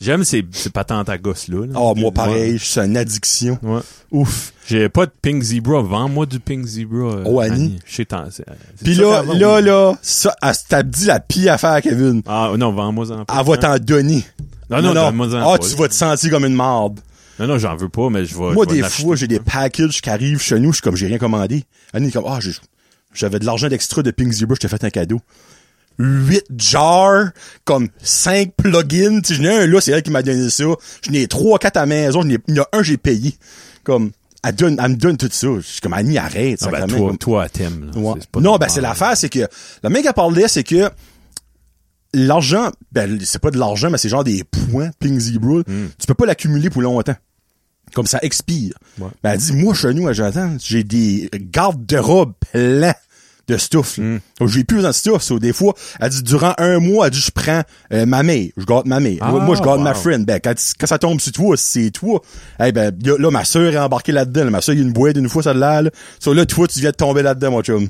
S2: J'aime ces, ces patentes à gosse-là. là.
S1: Oh, moi pareil, je suis une addiction.
S2: Ouais. Ouais.
S1: Ouf.
S2: J'ai pas de Pink Zebra. Vends-moi du Pink Zebra. euh,
S1: Oh, Annie.
S2: Je sais tant. c'est- euh, c'est
S1: Pis
S2: ça
S1: là,
S2: qu'elle vend,
S1: là,
S2: oui.
S1: là, ça, elle se tape dit la pire affaire, Kevin.
S2: Ah, non, vends-moi en
S1: Elle va t'en donner.
S2: Non, non,
S1: non.
S2: donne-moi-en
S1: Ah,
S2: pas,
S1: tu
S2: là.
S1: vas te sentir comme une marde.
S2: hein. Non, non, j'en veux pas, mais je vais.
S1: Moi,
S2: je vais
S1: des
S2: l'acheter.
S1: fois, j'ai des packages qui arrivent chez nous, je suis comme, j'ai rien commandé. Annie est comme, ah, j'ai- j'avais de l'argent d'extra de Pink Zebra, je t'ai fait un cadeau. Huit jars, comme cinq plugins. Tu sais, j'en ai un là, c'est elle qui m'a donné ça. J'en ai trois, quatre à la maison, j'en ai, il y en a un, j'ai payé. Comme, elle donne, elle me donne tout ça. Je suis comme, Annie, arrête.
S2: Ah, ben,
S1: sacrément,
S2: toi,
S1: comme-
S2: toi, elle t'aime. là.
S1: Ouais.
S2: C'est- c'est pas
S1: non,
S2: normal.
S1: ben c'est l'affaire, c'est que la mec à parler, c'est que l'argent, ben c'est pas de l'argent, mais c'est genre des points, Pink Zebra.
S2: Hmm.
S1: Tu peux pas l'accumuler pour longtemps. Comme ça expire.
S2: Ouais.
S1: Ben, elle dit, moi, chez nous, à Jonathan, j'ai des gardes de robe pleins de stuff. là.
S2: Mm.
S1: Donc, J'ai plus besoin de stuff. So, des fois, elle dit, durant un mois, elle dit, je prends euh, ma mère. Je garde ma mère.
S2: Ah,
S1: moi, je garde ma
S2: wow.
S1: friend. Ben, quand, quand ça tombe sur toi, c'est toi. Eh ben, y a- là, ma soeur est embarquée là-dedans. là. Ma soeur, il y a une boîte une fois, ça de l'air. Là. So, là, toi, tu viens de tomber là-dedans, mon chum.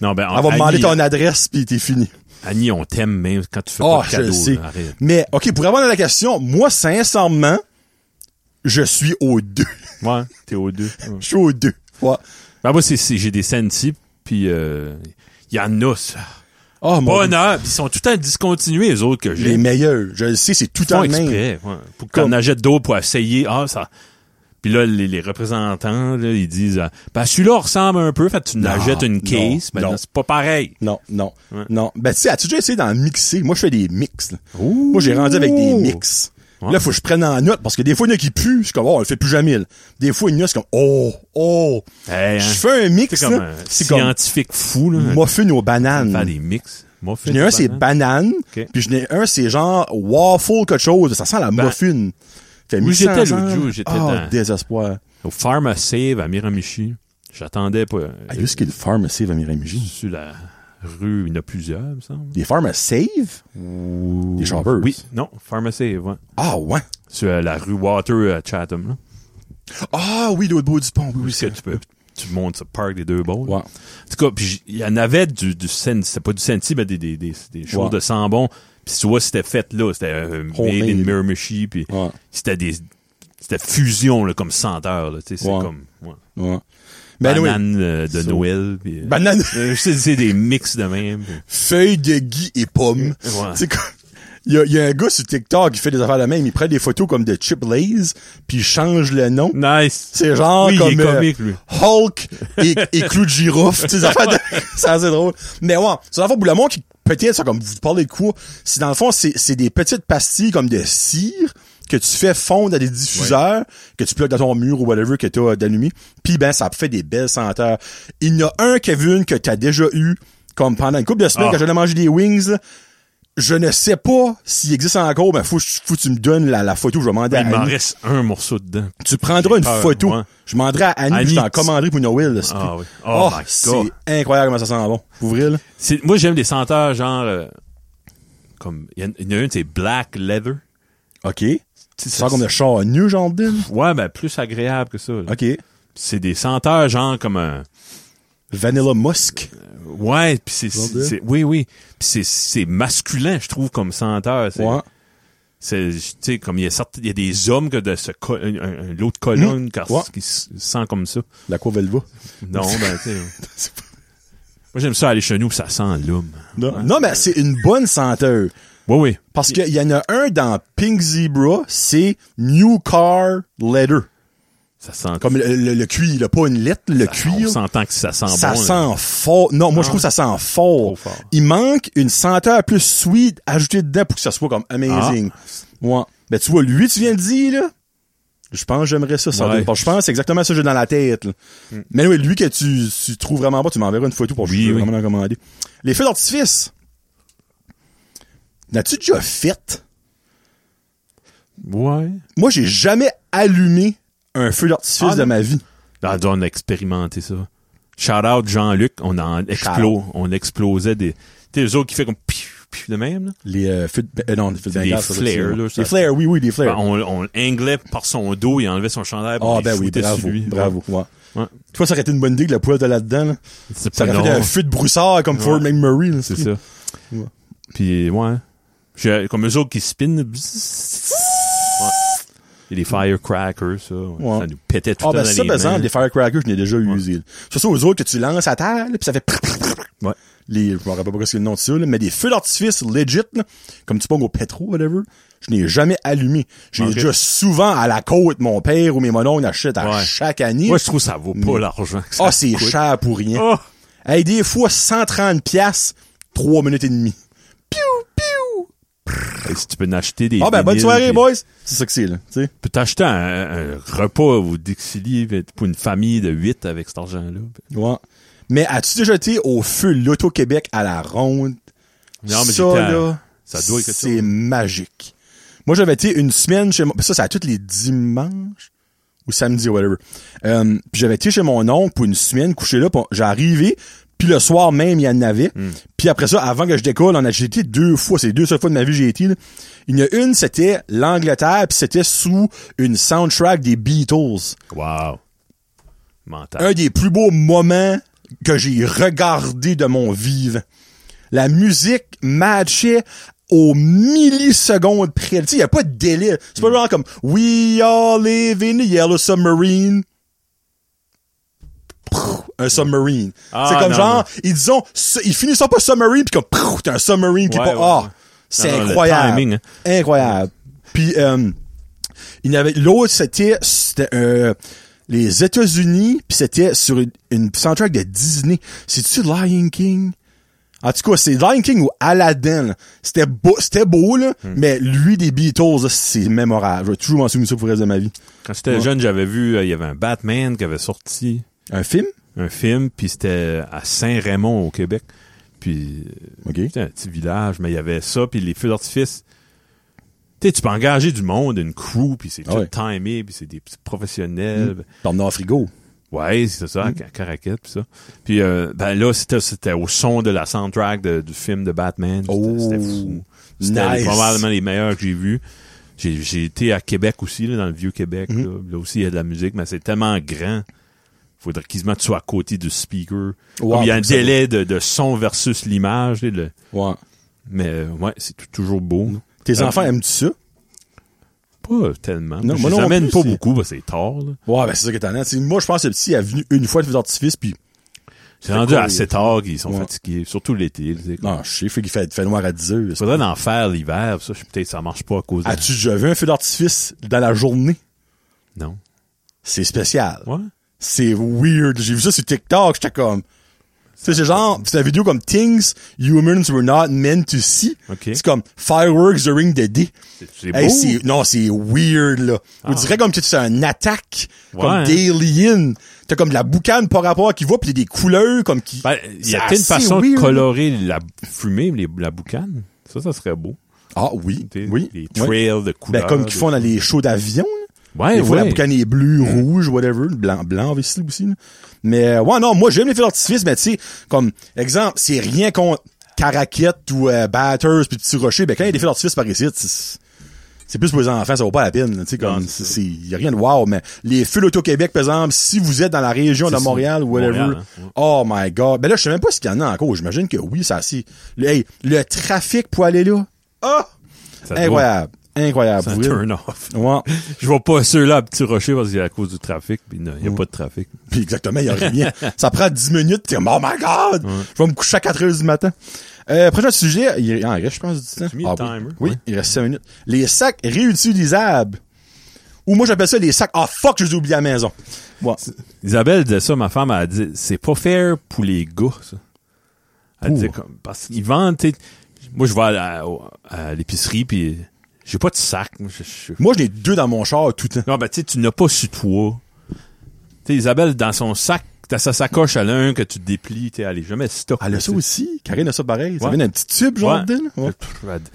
S2: Non, ben,
S1: Elle va me demander
S2: Annie,
S1: ton adresse, puis t'es fini.
S2: Annie, on t'aime, mais quand tu fais
S1: Ah,
S2: pas de
S1: je le
S2: cadeau,
S1: sais.
S2: là, arrête.
S1: Mais, OK, pour répondre à la question, moi, sincèrement, je suis aux deux.
S2: Ouais, t'es aux deux. Ouais.
S1: Je suis aux deux. Ouais.
S2: Ben, moi, c'est, c'est- j'ai des Sensi, puis euh, il y en a, ça.
S1: Oh, mon Dieu.
S2: Bonheur, puis ils sont tout le temps discontinués, les autres que j'ai.
S1: les meilleurs. Je le sais, c'est tout
S2: font
S1: en même.
S2: exprès, ouais, pour qu'on
S1: Comme-
S2: achète d'eau pour essayer. Ah, ça. Puis là, les, les représentants, là, ils disent, ah, ben celui-là ressemble un peu, fait que tu
S1: Non,
S2: n'achètes une
S1: non,
S2: case, mais
S1: non.
S2: non, c'est pas pareil.
S1: Non, non,
S2: Ouais.
S1: non. Ben, tu sais, as-tu déjà essayé d'en mixer? Moi, je fais des mix. là.
S2: Ouh.
S1: Moi, j'ai rendu avec des mix.
S2: Ouais.
S1: Là, faut que je prenne en note, parce que des fois, il y en a qui puent, je suis comme, oh, on le fait plus jamais, là. Des fois, il y en a, c'est comme, oh, oh.
S2: Hey, hein,
S1: Je fais un mix,
S2: c'est comme
S1: là.
S2: un
S1: C'est comme,
S2: scientifique fou, là.
S1: muffin aux
S2: de faire
S1: bananes.
S2: des mix. Moi,
S1: J'en ai un, c'est banane.
S2: Ok.
S1: Puis j'en ai un, c'est genre waffle quelque chose. Ça sent la
S2: Ben-
S1: muffin. Fait
S2: Oui,
S1: mixer
S2: j'étais l'autre
S1: ensemble.
S2: jour, j'étais
S1: Ah,
S2: dans-
S1: désespoir.
S2: Au Farm à Save à Miramichi. J'attendais pas. euh,
S1: Ah, juste qu'il farm, c'est Vamir
S2: sur la rue, il y en a plusieurs, il me semble.
S1: Des farms à save?
S2: Ou...
S1: Des chambers.
S2: Oui, non, pharmacie, ouais.
S1: Ah, ouais.
S2: Sur euh, la rue Water à Chatham, là.
S1: Ah, oui, l'autre bout du pont. Oui, oui,
S2: Parce que
S1: c'est.
S2: tu peux, tu montes sur le parc des deux bords.
S1: Ouais.
S2: En tout cas, puis j- il y en avait du, du senti, c'était pas du senti, mais des, des, des, des choses
S1: Ouais.
S2: de sambon. Puis tu vois, c'était fait là, c'était euh,
S1: Homemade.
S2: made in Miramichi, puis
S1: Ouais.
S2: c'était des, c'était fusion, là, comme senteur, là, tu sais, c'est
S1: Ouais.
S2: comme, ouais.
S1: Ouais. Ben, oui.
S2: Banane euh, de
S1: So-
S2: Noël, puis, euh,
S1: Banane,
S2: euh, c'est, c'est des mix de même. puis-
S1: feuille de gui et pomme.
S2: Ouais.
S1: C'est comme, il y a, il y a un gars sur TikTok qui fait des affaires de même. Il prend des photos comme de Chip Lays, puis il change le nom.
S2: Nice.
S1: C'est genre
S2: Oui, il
S1: comme
S2: est
S1: euh,
S2: comique, lui.
S1: Hulk et, et Clou de Girofle. tu sais, des affaires de- c'est assez drôle. Mais ouais, c'est dans le fond, pour le monde qui, peut-être, c'est comme vous parlez de quoi, c'est dans le fond, c'est, c'est des petites pastilles comme de cire que tu fais fondre à des diffuseurs, que tu plugues dans ton mur ou whatever que t'as euh, d'allumé. Puis ben, ça fait des belles senteurs. Il y en a un, Kevin, que t'as déjà eu, comme pendant une couple de semaines,
S2: Ah.
S1: quand j'allais manger des wings, là, je ne sais pas s'il existe encore, mais faut, que je- faut que tu me donnes la, la photo, je vais demander à
S2: Il m'en
S1: Annie.
S2: reste un morceau dedans.
S1: Tu prendras
S2: J'ai
S1: une
S2: peur,
S1: photo.
S2: ouais.
S1: Je demanderai à Annie,
S2: Annie,
S1: puis je t'en
S2: tu-
S1: commanderai pour Noël. là, c'est
S2: Ah
S1: plus-
S2: oui. Oh my God.
S1: C'est incroyable comment ça sent bon. Pour vrai, là.
S2: C'est- moi, j'aime des senteurs genre, euh, comme, il y en- il y en a une, c'est Black Leather.
S1: OK. Ça
S2: Tu sais,
S1: sent comme le char nu, genre de deal.
S2: Ouais, ben plus agréable que ça. là.
S1: OK.
S2: C'est des senteurs genre comme un
S1: Vanilla musk.
S2: ouais, puis c'est
S1: Genre de-
S2: c'est oui oui, puis c'est c'est masculin je trouve comme senteur, c'est
S1: Ouais.
S2: c'est tu sais comme il y a certes- il y a des hommes que de ce co- un- un- un- l'autre colonne car-
S1: Mmh. Ouais.
S2: qui s- sent comme ça.
S1: La cour Velva.
S2: Non, ben tu sais. Moi j'aime ça aller chez nous, ça sent l'homme.
S1: Non. non, mais c'est une bonne senteur.
S2: Oui oui.
S1: Parce qu'il y en a un dans Pink Zebra, c'est New Car Leather.
S2: Ça sent
S1: Comme le, le, le cuir, là, pas une lettre, le
S2: on
S1: cuir.
S2: s'entend que ça sent
S1: ça
S2: bon. là. Ah.
S1: sent fort. Non, moi, je trouve que ça sent fort.
S2: Trop fort.
S1: Il manque une senteur plus sweet ajoutée dedans pour que ça soit comme amazing.
S2: Ah.
S1: Ouais. Ben, tu vois, lui, tu viens de dire, là. Je pense que j'aimerais ça, ça.
S2: Ouais. Hmm.
S1: Parce que Je pense que c'est exactement ça que j'ai dans la tête. là. Mais oui, lui que tu, tu trouves vraiment pas, tu m'enverras une photo pour que
S2: Oui,
S1: je puisse
S2: oui.
S1: vraiment en commander. Les feux d'artifice. N'as-tu déjà fait?
S2: Ouais.
S1: Moi, j'ai jamais allumé un feu d'artifice
S2: Ah,
S1: de
S2: non.
S1: ma vie.
S2: Ah, on a expérimenté ça. Shout out Jean-Luc, on en explo, on explosait des, tu sais, eux autres qui fait comme piou, piou de même, là.
S1: Les euh, feux de, euh, non, les feux de
S2: Des
S1: Bengale, ça,
S2: flares,
S1: c'est-
S2: là, ça-
S1: Les flares, oui, oui, des
S2: Ben,
S1: flares.
S2: on, on l'anglait par son dos, il enlevait son chandail. puis
S1: Ah
S2: il
S1: ben oui,
S2: shootait sur
S1: bravo,
S2: lui.
S1: bravo. Ouais.
S2: Ouais.
S1: Tu vois, ça aurait été une bonne idée que la poêle de là-dedans. là.
S2: C'est
S1: Ça
S2: pas
S1: aurait fait
S2: non,
S1: un feu de broussard comme Ford
S2: Ouais.
S1: McMurray. là.
S2: C'est ça.
S1: Ouais.
S2: Puis, ouais. J'ai- comme eux autres qui spinent. bzzz. Ouais. Et les firecrackers, ça.
S1: Ouais.
S2: Ça nous pétait tout
S1: Ah ben
S2: le temps dans
S1: ça,
S2: les
S1: par exemple,
S2: mains.
S1: les firecrackers, je n'ai déjà
S2: Ouais.
S1: usé. là. Ça, c'est aux autres que tu lances à terre, là, puis ça fait...
S2: Ouais.
S1: Les, je me rappelle pas c'est le nom de ça, là, mais des feux d'artifice legit, là, comme tu ponges au pétro, whatever, je n'ai jamais allumé. J'ai
S2: Ok.
S1: déjà souvent à la côte, mon père ou mes monos, on achète à
S2: Ouais.
S1: chaque année.
S2: Moi, je trouve que ça vaut pas
S1: Mais-
S2: l'argent. que ça
S1: ah, c'est
S2: coûte.
S1: cher pour rien.
S2: Ah!
S1: Hey, des fois, 130 piastres, 3 minutes et demie. Piou, piou!
S2: Et Si tu peux acheter des.
S1: Ah ben, bonne
S2: vinyles,
S1: soirée,
S2: puis-
S1: boys! C'est ça que c'est, là, tu sais.
S2: peux t'acheter un, un repas au Dixili pour une famille de 8 avec cet argent-là.
S1: Ouais. Mais as-tu déjà été au feu l'Auto-Québec à la ronde?
S2: Non, mais
S1: ça,
S2: j'étais à-
S1: là,
S2: ça doit être quelque
S1: c'est
S2: chose.
S1: magique. Moi, j'avais été une semaine chez moi. Ça, c'est à tous les dimanches ou samedi, whatever. Euh, puis j'avais été chez mon oncle pour une semaine, couché là. puis on- J'ai arrivé, puis le soir même, il y en avait.
S2: Hmm.
S1: Puis après ça, avant que je décolle, on a j'ai été deux fois. C'est les deux seules fois de ma vie que j'ai été. là. Il y en a une, c'était l'Angleterre, puis c'était sous une soundtrack des Beatles
S2: Wow. Mental.
S1: un des plus beaux moments que j'ai regardé de mon vivant. La musique matchait aux millisecondes près. Tu sais, il a pas de délire. C'est
S2: Mm.
S1: pas genre comme « We all live in the yellow submarine ». Prrr, Un submarine.
S2: Ah,
S1: c'est comme
S2: non,
S1: genre,
S2: non.
S1: ils disons, su- ils finissent pas submarine puis comme, prrr, t'as un submarine qui est
S2: Ouais,
S1: pas,
S2: ouais,
S1: ah,
S2: ouais.
S1: c'est
S2: Non, non, le
S1: incroyable.
S2: timing, hein.
S1: Incroyable. Puis, euh, il y en avait l'autre c'était c'était euh, les États-Unis puis c'était sur une, une soundtrack de Disney. C'est tu Lion King En tout cas, c'est Lion King ou Aladdin. là. C'était beau, c'était beau là, mais lui des Beatles, là, c'est mémorable. Je vais toujours m'en souvenir ça pour le reste de ma vie.
S2: Quand j'étais jeune, j'avais vu, euh, il y avait un Batman qui avait sorti
S1: Un film
S2: un film, puis c'était à Saint-Raymond, au Québec. Puis euh,
S1: OK.
S2: c'était un petit village, mais il y avait ça, puis les feux d'artifice. Tu sais, tu peux engager du monde, une crew, puis c'est
S1: Ah
S2: tout
S1: ouais. Mm.
S2: timé, puis c'est des petits professionnels.
S1: T'emmenes dans le frigo.
S2: Ouais, c'est ça,
S1: Mm.
S2: à Caracat, pis ça. Puis euh, ben là, c'était, c'était au son de la soundtrack de- du film de Batman. C'était,
S1: Oh.
S2: c'était fou. C'était
S1: Nice.
S2: probablement les meilleurs que j'ai vus. J'ai, j'ai été à Québec aussi, là, dans le vieux Québec.
S1: Mm-hmm.
S2: là. Là aussi, il y a de la musique, mais c'est tellement grand. Faudrait quasiment que tu sois à côté du speaker.
S1: Wow,
S2: il y a un
S1: ça va.
S2: délai de, de son versus l'image. là, le-
S1: Ouais.
S2: mais euh, ouais, c'est t- toujours beau.
S1: Mm. Tes
S2: Euh,
S1: enfants aiment-tu ça?
S2: Pas tellement.
S1: Non,
S2: je
S1: moi
S2: les
S1: non
S2: amène
S1: plus,
S2: pas
S1: c'est-
S2: beaucoup, parce que c'est tard. là.
S1: Ouais, ben c'est ça qui est étonnant. C'est- Moi, je pense que le petit est venu une fois de feu d'artifice, puis
S2: C'est rendu
S1: cool.
S2: assez tard qu'ils sont
S1: Ouais.
S2: fatigués, surtout l'été. là, c'est comme-
S1: non, je sais, fait qu'il fait, fait noir à 10 heures.
S2: Il faudrait en faire l'hiver, ça, je- peut-être ça marche pas à cause de...
S1: As-tu déjà vu un feu d'artifice dans la journée?
S2: Non.
S1: C'est spécial.
S2: Ouais.
S1: C'est weird. J'ai vu ça sur TikTok, j'étais comme... Tu sais, c'est genre, c'est la vidéo comme Things Humans Were Not Meant to See.
S2: Ok.
S1: C'est comme Fireworks During the Day.
S2: C'est- C'est beau. Ah.
S1: Hey, c'est- non, c'est weird, là. On dirait comme que c'est un attaque,
S2: Ouais,
S1: comme
S2: hein.
S1: d'Alien. T'as comme de la boucane par rapport qui va, puis il y a des couleurs comme qui...
S2: Ben, il y
S1: C'est
S2: a peut-être une
S1: assez
S2: façon de
S1: weird.
S2: colorer la fumée, les- la boucane. Ça, ça serait beau.
S1: Ah oui,
S2: Des,
S1: oui.
S2: Des
S1: ouais.
S2: trails de
S1: Ben,
S2: couleurs.
S1: comme qu'ils font dans les shows d'avion. là.
S2: Ouais,
S1: Des fois, la
S2: ouais. Mm.
S1: boucane est bleue, rouge, whatever. le Blanc, blanc ici aussi. là. Mais euh, ouais, non, moi, j'aime les feux d'artifice, mais tu sais, comme exemple, c'est rien contre Caraquette ou euh, Batters puis Petit Rocher. Ben, quand il y a des feux d'artifice par ici, c'est- c'est plus pour les enfants, ça vaut pas la peine. là, Tu sais, comme,
S2: Non, c'est ça.
S1: c'est, il y a rien de wow, mais les feux l'Auto-Québec, par exemple, si vous êtes dans la région de
S2: C'est ça.
S1: Montréal ou whatever,
S2: Montréal, hein, ouais.
S1: oh my god. Ben là, je sais même pas ce qu'il y en a encore. J'imagine que oui, ça, si. Le, hey, le trafic pour aller là. Ah!
S2: Ça doit-
S1: Incroyable. Incroyable.
S2: C'est un
S1: Vraiment.
S2: turn off.
S1: Ouais.
S2: Je vois pas ceux-là à Petit Rocher parce qu'il y a à cause du trafic, puis non, il
S1: Mm.
S2: n'y a pas de trafic.
S1: Puis exactement, il y a rien. Ça prend 10 minutes, t'es comme, oh my god! Je vais me coucher à 4 heures du matin. Euh, prochain sujet, il il en reste, je pense, du temps.
S2: mis le timer?
S1: Oui,
S2: Ouais.
S1: il reste 5 minutes. Les sacs réutilisables. Ou moi, j'appelle ça les sacs. Ah, fuck, je les ai oubliés à la maison. Ouais.
S2: Isabelle disait ça, ma femme, elle dit, c'est pas fair pour les gars, ça. Elle
S1: Pour?
S2: dit comme, parce qu'ils vendent, tu sais, moi, je vais à, la- au- à l'épicerie, puis j'ai pas de sac. Moi, je- je-
S1: Moi, j'en ai deux dans mon char tout le temps.
S2: Non, ben, tu sais, tu n'as pas sur toi. Tu sais, Isabelle, dans son sac, t'as sa sacoche à l'un que tu déplies, tu sais, elle est jamais stock.
S1: Elle a ça
S2: tu sais.
S1: aussi. Karine a ça pareil. Ça
S2: Ouais.
S1: vient d'un petit tube, genre,
S2: Ouais.
S1: dedans, là. Ouais.
S2: Pff, elle dit-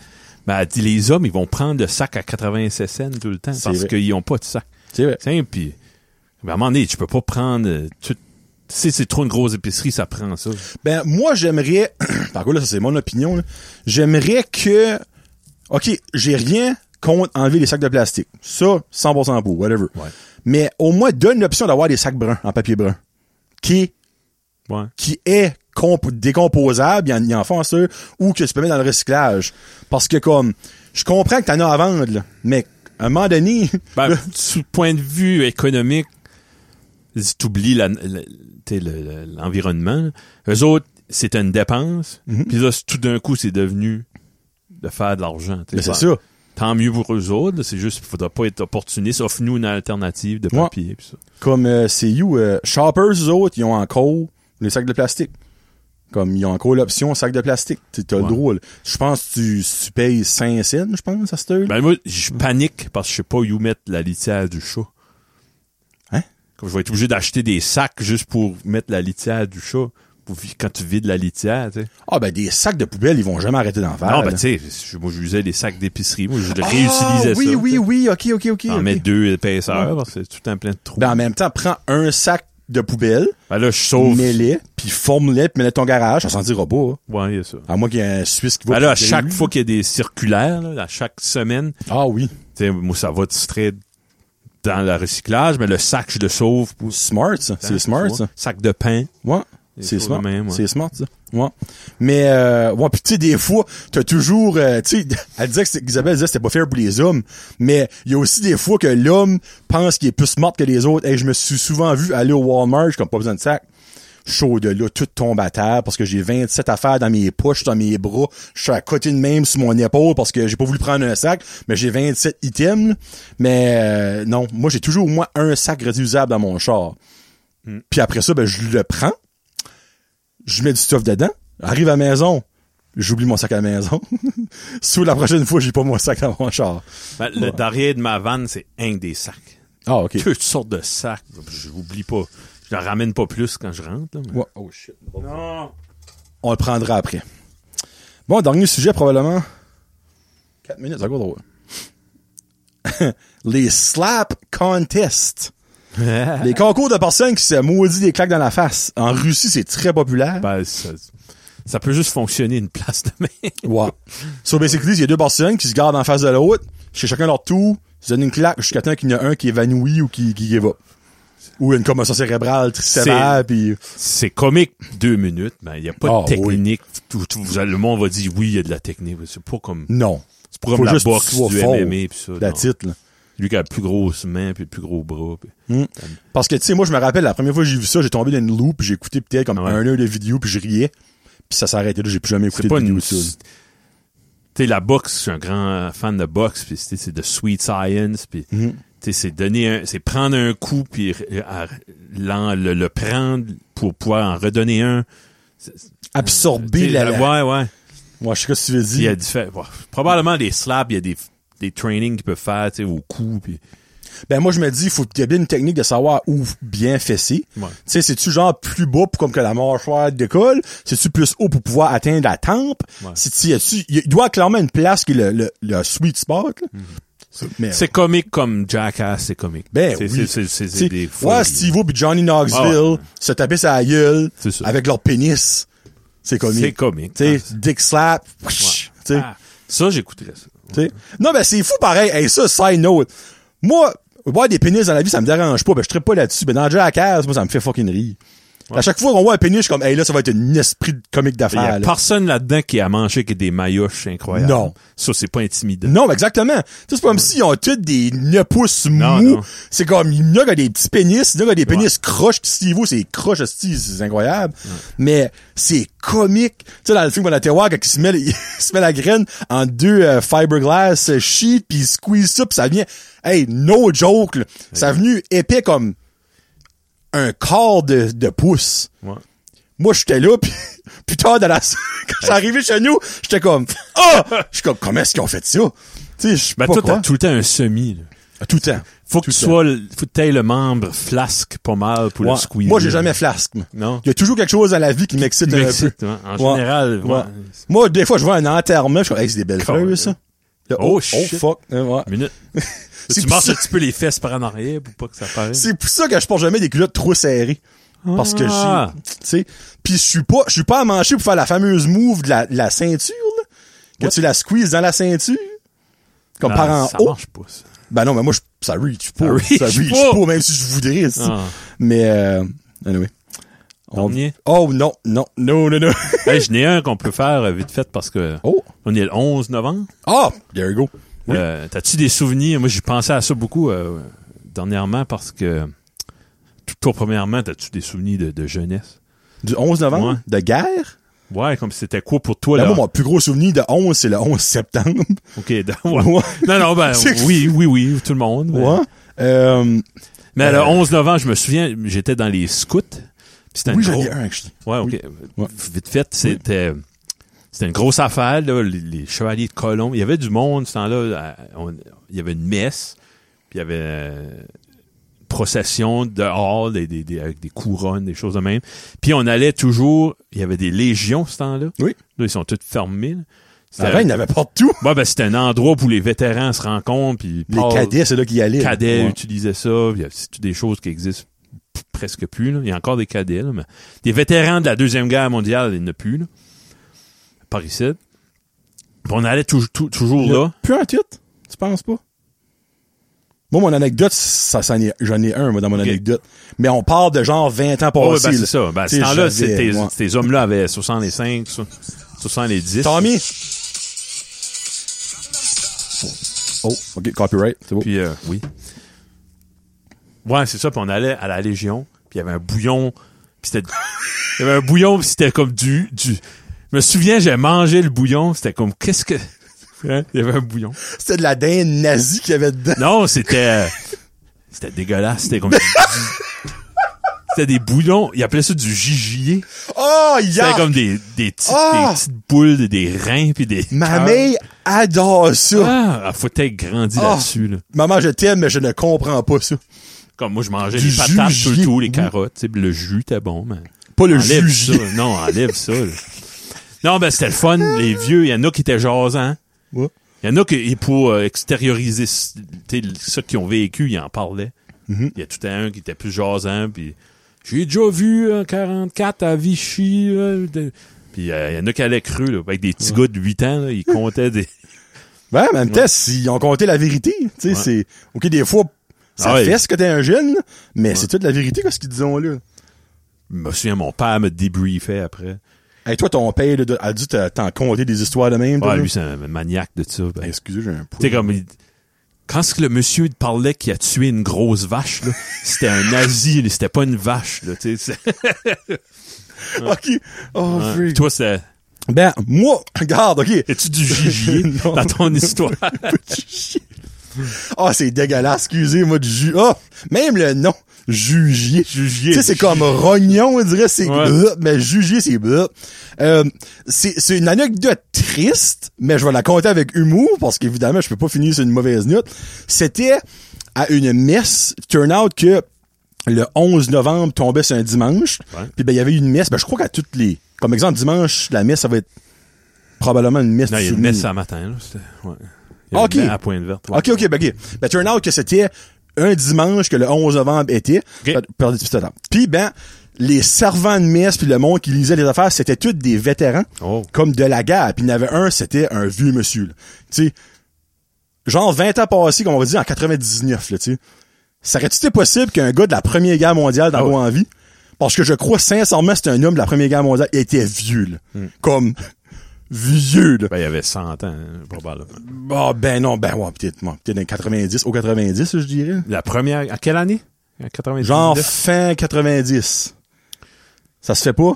S2: Ben, elle dit, les hommes, ils vont prendre le sac à 96 cents tout le temps
S1: C'est
S2: parce
S1: vrai.
S2: qu'ils ont pas de sac.
S1: C'est vrai.
S2: Tiens, puis, ben, à un moment donné, tu peux pas prendre euh, tout. Tu sais, c'est trop une grosse épicerie, ça prend ça.
S1: Ben, moi, j'aimerais, par contre, là, ça, c'est mon opinion, là. J'aimerais que, OK, j'ai rien contre enlever les sacs de plastique. Ça, 100% pour, whatever.
S2: Ouais.
S1: Mais au moins, donne l'option d'avoir des sacs bruns, en papier brun. Qui est
S2: Ouais.
S1: qui est comp- décomposable, il en, il en font ça, ou que tu peux mettre dans le recyclage. Parce que comme, je comprends que t'en as à vendre, là, mais à un moment donné,
S2: Ben, sous le point de vue économique, si t'oublies la- la- t'sais, le- le- l'environnement, eux autres, c'est une dépense.
S1: Mhm.
S2: Puis là, c'est- tout d'un coup, c'est devenu de faire de l'argent. t'sais.
S1: ben, c'est
S2: Ben,
S1: ça.
S2: Tant mieux pour eux autres. là, C'est juste qu'il faudra pas être opportuniste. Offre-nous une alternative de
S1: Ouais.
S2: papier. pis ça.
S1: Comme euh, c'est you, euh, Shoppers, eux autres, ils ont encore les sacs de plastique. Comme ils ont encore l'option sac de plastique. T'as t'as le
S2: Ouais.
S1: drôle. Je pense que tu, tu payes 5 cents, je pense, à cette heure.
S2: Ben, moi, je panique parce que je sais pas où mettre la litière du chat.
S1: Hein?
S2: Comme je vais être obligé d'acheter des sacs juste pour mettre la litière du chat. Pour, vi- quand tu vides la litière, tu sais.
S1: Ah ben des sacs de poubelle, ils vont jamais arrêter d'en faire.
S2: non, ben,
S1: là.
S2: tu sais, je- moi, j'usais les sacs d'épicerie. Moi, je
S1: Ah,
S2: réutilisais
S1: oui,
S2: ça.
S1: Oui,
S2: tu sais.
S1: oui, ok, ok, ok.
S2: T'en
S1: ok.
S2: mets deux épaisseurs, parce que c'est tout en plein de trous.
S1: Ben, en même temps, prends un sac de poubelle,
S2: Ben là, je sauve.
S1: mets-les, puis forme-les, puis mets-les dans ton garage, ça s'en dira pas. hein.
S2: Ouais, il y a ça.
S1: À moins qu'il y ait un Suisse qui va...
S2: Ben là, à
S1: piquer
S2: chaque
S1: lui.
S2: fois qu'il y a des circulaires, là, à chaque semaine,
S1: Ah oui,
S2: tu sais, moi, ça va distraire dans le recyclage, mais le sac, je le sauve. pour-
S1: smart, ça. C'est smart,
S2: Tu
S1: ça.
S2: vois, Sac de pain.
S1: Ouais.
S2: Des
S1: C'est
S2: choses
S1: smart.
S2: de même, ouais.
S1: C'est smart, ça. Ouais. Mais, euh, ouais, pis tu sais, des fois, t'as toujours, euh, tu sais, elle disait que c'est- Isabelle disait que c'était pas fair pour les hommes, mais il y a aussi des fois que l'homme pense qu'il est plus smart que les autres. Et je me suis souvent vu aller au Walmart, j'ai comme pas besoin de sac. Chaud de là, tout tombe à terre parce que j'ai 27 affaires dans mes poches, dans mes bras. Je suis à côté de même sur mon épaule parce que j'ai pas voulu prendre un sac, mais j'ai 27 items. Mais euh, non, moi j'ai toujours au moins un sac réutilisable dans mon char. Puis après ça, ben, je le prends, je mets du stuff dedans, arrive à la maison, j'oublie mon sac à la maison. Sous la prochaine fois, j'ai pas mon sac dans mon char.
S2: Ben, le derrière de ma vanne, c'est un des sacs.
S1: Ah, ok.
S2: Toutes sortes de sacs. Je n'oublie pas. Je ne ramène pas plus quand je rentre. là, mais-
S1: Ouais. Oh, shit.
S2: Non.
S1: On le prendra après. Bon, dernier sujet, probablement. 4 minutes, c'est encore drôle. Les slap contests. les concours de personnes qui se maudit des claques dans la face. En Russie, c'est très populaire.
S2: Ben, ça, ça peut juste fonctionner une place de main.
S1: Ouais. So basically, il y a deux personnes qui se gardent en face de l'autre, chez chacun leur tour, ils donnent une claque jusqu'à temps qu'il y en a un qui évanouit ou qui, qui give up. Ou une commotion cérébrale très sévère, puis
S2: C'est comique deux minutes, mais il n'y a pas
S1: Ah,
S2: de technique. Tout- tout- vous allez- le monde va dire oui, il y a de la technique. C'est pas comme,
S1: non.
S2: c'est pas
S1: Faut
S2: comme la
S1: juste
S2: boxe,
S1: que tu
S2: du
S1: sois fort.
S2: MMA, pis ça.
S1: La
S2: non.
S1: titre, là.
S2: Lui qui a le plus grosse main, puis le plus gros bras. puis-
S1: Mm. Parce que, tu sais, moi, je me rappelle, la première fois que j'ai vu ça, j'ai tombé dans une loupe, j'ai écouté peut-être comme
S2: Ouais.
S1: un heure de vidéo, puis je riais. Puis ça s'arrêtait là, j'ai plus jamais écouté
S2: C'est
S1: de
S2: pas
S1: vidéo
S2: une.
S1: de ça.
S2: Tu sais, la boxe, je suis un grand fan de boxe, puis c'est c'est de sweet science, puis
S1: Mhm.
S2: tu sais, c'est donner un- c'est prendre un coup puis r- à- l'en- le, le prendre pour pouvoir en redonner un.
S1: Absorber
S2: Tu sais, euh,
S1: la... la-
S2: Ouais, ouais.
S1: Moi, je sais pas si tu veux
S2: Puis il y
S1: dire.
S2: a diffé- ouais. Probablement des slaps, il y a des, des trainings qu'ils peuvent faire, tu sais, au coup, puis
S1: Ben, moi, je me dis, il faut qu'il y ait bien une technique de savoir où bien fesser.
S2: Ouais.
S1: Tu sais, c'est-tu genre plus bas pour comme que la mâchoire décolle? C'est-tu plus haut pour pouvoir atteindre la tempe?
S2: Ouais.
S1: C'est-tu, y a-tu- il doit avoir clairement une place qui est le, le, le sweet spot, là. Mais-
S2: Mhm. c'est comique comme Jackass, c'est comique.
S1: Ben oui.
S2: c'est, c'est, c'est, c'est,
S1: T'sais,
S2: c'est des
S1: ouais,
S2: folies.
S1: Steve-O pis Johnny Knoxville
S2: Ah ouais.
S1: se tapaient sa gueule
S2: C'est ça.
S1: avec leur pénis. C'est comique.
S2: C'est comique.
S1: T'sais,
S2: Ah, c'est-
S1: dick slap.
S2: ouais.
S1: T'sais,
S2: Ah, ça, j'écouterais ça.
S1: t'sais. Non, ben, c'est fou pareil. Hey, ça, side note. Moi, voir des pénis dans la vie, ça me dérange pas. Ben, je trippe pas là-dessus. Ben, dans Jackass, moi, ça me fait fucking rire. À chaque fois qu'on voit un pénis, je suis comme, hey, là, ça va être un esprit de comique
S2: Il y a
S1: d'affaires. Ah, là.
S2: personne là-dedans qui a mangé que des maillotches incroyables.
S1: Non.
S2: Ça, c'est pas intimidant.
S1: Non, exactement. Tu sais, c'est pas comme s'ils ont tous des 9 pouces
S2: Non,
S1: mous.
S2: non.
S1: C'est comme, il y en a qui ont des petits pénis, il y en a qui ont des pénis croches, pis Steve-O, c'est croche, esti, c'est incroyable. Mais c'est comique. Tu sais, dans le film Monaterroir, quand il se met, le- il se met la graine en deux euh, fiberglass sheets, pis il squeeze ça, pis ça vient, hey, no joke, là. Ça a venu épais comme un quart de, de pouce
S2: Ouais.
S1: moi j'étais là puis plus tard dans la quand je suis arrivé chez nous j'étais comme ah je suis comme comment est-ce qu'ils ont fait ça tu sais je
S2: Ben,
S1: pas
S2: toi,
S1: quoi.
S2: t'as tout le temps un semi, là.
S1: tout le temps
S2: Faut que
S1: Tout
S2: tu
S1: le temps.
S2: sois, le- faut que t'aies le membre flasque pas mal pour
S1: Ouais.
S2: le squeezer.
S1: moi j'ai jamais flasque moi.
S2: Non.
S1: il y a toujours quelque chose dans la vie qui m'excite
S2: Tu
S1: un peu
S2: m'excites, hein. En
S1: Ouais.
S2: général,
S1: Ouais.
S2: ouais.
S1: moi des fois je vois un enterrement je suis comme hey c'est des belles
S2: Colin.
S1: fleurs ça Là,
S2: Oh,
S1: oh,
S2: shit.
S1: fuck Euh, ouais.
S2: Minute.
S1: C'est
S2: tu marches
S1: pour
S2: un petit peu les fesses par en arrière pour pas que ça paraisse.
S1: c'est pour ça que je porte jamais des culottes trop serrées parce que
S2: Ah.
S1: j'ai tu sais puis je suis pas je suis pas à manger pour faire la fameuse move de la, la ceinture là, que
S2: What?
S1: tu la squeezes dans la ceinture comme
S2: Non,
S1: par en
S2: Ah, ça
S1: haut
S2: marche pas, ça.
S1: Ben non, mais moi, je- ça reach pas. Ça
S2: Ça
S1: reach,
S2: reach
S1: pas.
S2: pas.
S1: même si je voudrais. tu sais.
S2: Ah.
S1: Mais, euh, anyway.
S2: Dernier?
S1: Oh non, non, non, non, non.
S2: Hey, je n'ai un qu'on peut faire euh, vite fait parce que
S1: Oh!
S2: on est le 11 novembre.
S1: Ah! There you go. Oui.
S2: Euh, T'as-tu des souvenirs? Moi, j'ai pensé à ça beaucoup euh, dernièrement parce que tout toi, premièrement, t'as-tu des souvenirs de, de jeunesse?
S1: Du 11 novembre?
S2: Ouais.
S1: De guerre?
S2: Ouais, comme c'était quoi pour toi,
S1: Ben,
S2: là?
S1: moi, mon plus gros souvenir de 11, c'est le 11 septembre.
S2: OK, donc, ouais.
S1: Ouais.
S2: Non, non, ben,
S1: C'est-
S2: oui, oui, oui, tout le monde. mais-
S1: Ouais. Euh,
S2: Mais
S1: Euh,
S2: le 11 novembre, je me souviens, j'étais dans les scouts. Puis C'était
S1: oui,
S2: une
S1: j'en
S2: gros-
S1: ai un, actually.
S2: Ouais, ok. Euh,
S1: Ouais.
S2: Vite fait, c'était c'était une grosse affaire là, les, les chevaliers de Colomb. Il y avait du monde ce temps-là. à- on- Il y avait une messe, puis il y avait euh, une procession dehors des, des, des- avec des couronnes, des choses de même. Puis on allait toujours. Il y avait des légions ce temps-là.
S1: Oui.
S2: Là, ils sont tous fermés. là. C'était-
S1: Avant, il n'y avait pas de tout.
S2: Ouais, ben, c'était un endroit où les vétérans se rencontrent. Puis
S1: Les
S2: parlent-
S1: cadets, c'est là qu'ils y allaient.
S2: Ah, cadets
S1: Ouais.
S2: utilisaient ça. Il y a- C'est toutes des choses qui existent p- presque plus. là. Il y a encore des cadets, là, mais des vétérans de la Deuxième Guerre mondiale, il n'y en a plus. Là. Par ici. Puis on allait tou- tou- toujours
S1: Il y a
S2: là.
S1: Plus un titre? Tu penses pas? Moi, mon anecdote, ça, ça en est- j'en ai un, moi, dans mon
S2: Ok.
S1: anecdote. Mais on parle de genre 20 ans
S2: Oh, ouais,
S1: passés.
S2: ben,
S1: là.
S2: c'est ça. Ben, à
S1: Tu
S2: ce
S1: sais, j'avais,
S2: temps-là, c'était-
S1: moi.
S2: ces hommes-là avaient 65, so- 70.
S1: Tommy! Oh, ok, copyright, c'est beau.
S2: Puis, euh, oui. Ouais, c'est ça. Puis on allait à la Légion. Puis il y avait un bouillon. Puis c'était. Il y avait un bouillon. Puis c'était comme du. du... Je me souviens, j'ai mangé le bouillon. C'était comme. Qu'est-ce que. Hein? Il y avait un bouillon.
S1: C'était de la dinde nazie qu'il y avait dedans.
S2: Non, c'était. euh, C'était dégueulasse. C'était comme. du- C'était des bouillons. Ils appelaient ça du gigier.
S1: Oh,
S2: C'était
S1: yeah!
S2: comme des, des, petites,
S1: Ah!
S2: des petites boules, des, des reins, puis des.
S1: Ma mère adore ça.
S2: Ah, ah, faut être grandi
S1: Ah!
S2: là-dessus, là.
S1: Maman, je t'aime, mais je ne comprends pas ça.
S2: Comme moi, je mangeais
S1: Du
S2: des patates,
S1: jus,
S2: tout
S1: jus.
S2: le tout, les
S1: Oui.
S2: carottes, tu sais, puis le jus, t'es bon, mais.
S1: Pas le
S2: enlève
S1: juge.
S2: ça. Non, enlève ça. là. Non, ben c'était le fun. Les vieux, il y en a qui étaient jasants.
S1: Ouais.
S2: Il y en a qui, et pour euh, extérioriser ce- tu sais, ceux qui ont vécu, ils en parlaient.
S1: Mhm.
S2: Il y a tout un qui était plus jasant, puis j'ai déjà vu un 44 à Vichy. là, de- Puis euh, il y en a qui allaient cru, là, avec des petits gars de 8 ans, là, ils comptaient des...
S1: Ben, en même temps,
S2: Ouais.
S1: s'ils ont compté la vérité, tu sais,
S2: Ouais.
S1: c'est, ok, des fois, ça
S2: Ah ouais.
S1: fait ce que t'es un jeune, mais
S2: Ouais.
S1: c'est toute la vérité, qu'est-ce qu'ils disent là.
S2: Je me souviens, mon père me débriefait après.
S1: Hey, toi, ton père, là, a dû te- t'en compter des histoires de même, toi,
S2: Ah,
S1: là.
S2: lui, c'est un maniaque de ça.
S1: Ben,
S2: Ben,
S1: excusez, j'ai un
S2: Tu
S1: poids.
S2: sais, comme, il- quand ce que le monsieur te parlait qui a tué une grosse vache, là, c'était un nazi, là, c'était pas une vache, là, tu sais. c'est-
S1: Ok. Oh,
S2: euh, Ouais.
S1: freak.
S2: Toi, c'est,
S1: Ben, moi, regarde, ok.
S2: es-tu du gigier
S1: Non.
S2: dans ton histoire?
S1: Ah, c'est dégueulasse, excusez-moi, du jus. Ah, même le nom, jugier.
S2: Jugier.
S1: Tu sais, c'est comme rognon, on dirait, c'est
S2: Ouais.
S1: bleu, mais jugier, c'est bleu. Euh, c'est c'est une anecdote triste, mais je vais la compter avec humour, parce qu'évidemment, je peux pas finir sur une mauvaise note. C'était à une messe, turn out que le 11 novembre tombait sur un dimanche,
S2: Ouais.
S1: puis ben, il y avait une messe, ben, je crois qu'à toutes les, comme exemple, dimanche, la messe, ça va être probablement une messe
S2: Non, il y a une
S1: souvenir.
S2: messe à matin, là, c'était, ouais. Il y a
S1: Ok.
S2: une messe à pointe verte. ouais.
S1: OK, OK, ben, OK. Ben, turn out que c'était un dimanche que le 11 novembre était.
S2: OK.
S1: Pardon, pardon, tout à l'heure. Puis, ben, les servants de messe puis le monde qui lisait les affaires, c'était tous des vétérans,
S2: Oh.
S1: comme de la guerre. Puis, il y en avait un, c'était un vieux monsieur, là. Tu sais, genre 20 ans passés, comme on va dire, en 99, là, tu sais. Serait-tu été possible qu'un gars de la Première Guerre mondiale dans
S2: Ah ouais.
S1: en vie, parce que je crois sincèrement c'est un homme de la Première Guerre mondiale, il était vieux, là.
S2: Hmm.
S1: Comme vieux, là.
S2: Ben, il y avait 100 ans, hein, probablement.
S1: Ah ben non, ben ouais, peut-être moi, peut-être dans les 90 au 90 je dirais.
S2: La première, à quelle année? En 99?
S1: Genre fin 90. Ça se fait pas.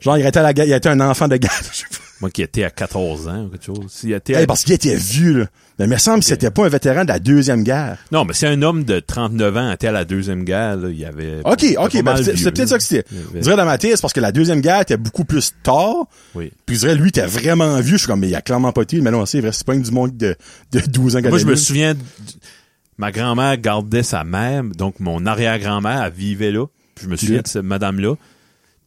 S1: Genre il était à la guerre, il était un enfant de guerre. je sais pas.
S2: Moi qui étais à 14 ans ou quelque chose. S'il était à-
S1: Hey, Eh, parce qu'il était vieux là. Mais il me semble que c'était pas un vétéran de la deuxième guerre.
S2: Non, mais si un homme de 39 ans était à la Deuxième Guerre, là, il y avait...
S1: OK,
S2: c'était pas
S1: OK, ben
S2: mal
S1: c'est
S2: vieux,
S1: c'est peut-être ça
S2: là.
S1: que c'était.
S2: Il y
S1: Je
S2: avait-
S1: dirais dans ma thèse parce que la deuxième guerre était beaucoup plus tard.
S2: Oui.
S1: Puis je dirais lui était vraiment vieux, je suis comme mais il a clairement pas été, mais non, c'est vrai, c'est pas une du monde de de 12 ans qu'elle
S2: Moi, je
S1: est
S2: me
S1: née.
S2: souviens, d- ma grand-mère gardait sa mère, donc mon arrière-grand-mère, elle vivait là. Puis je me souviens
S1: Yeah.
S2: de cette madame-là.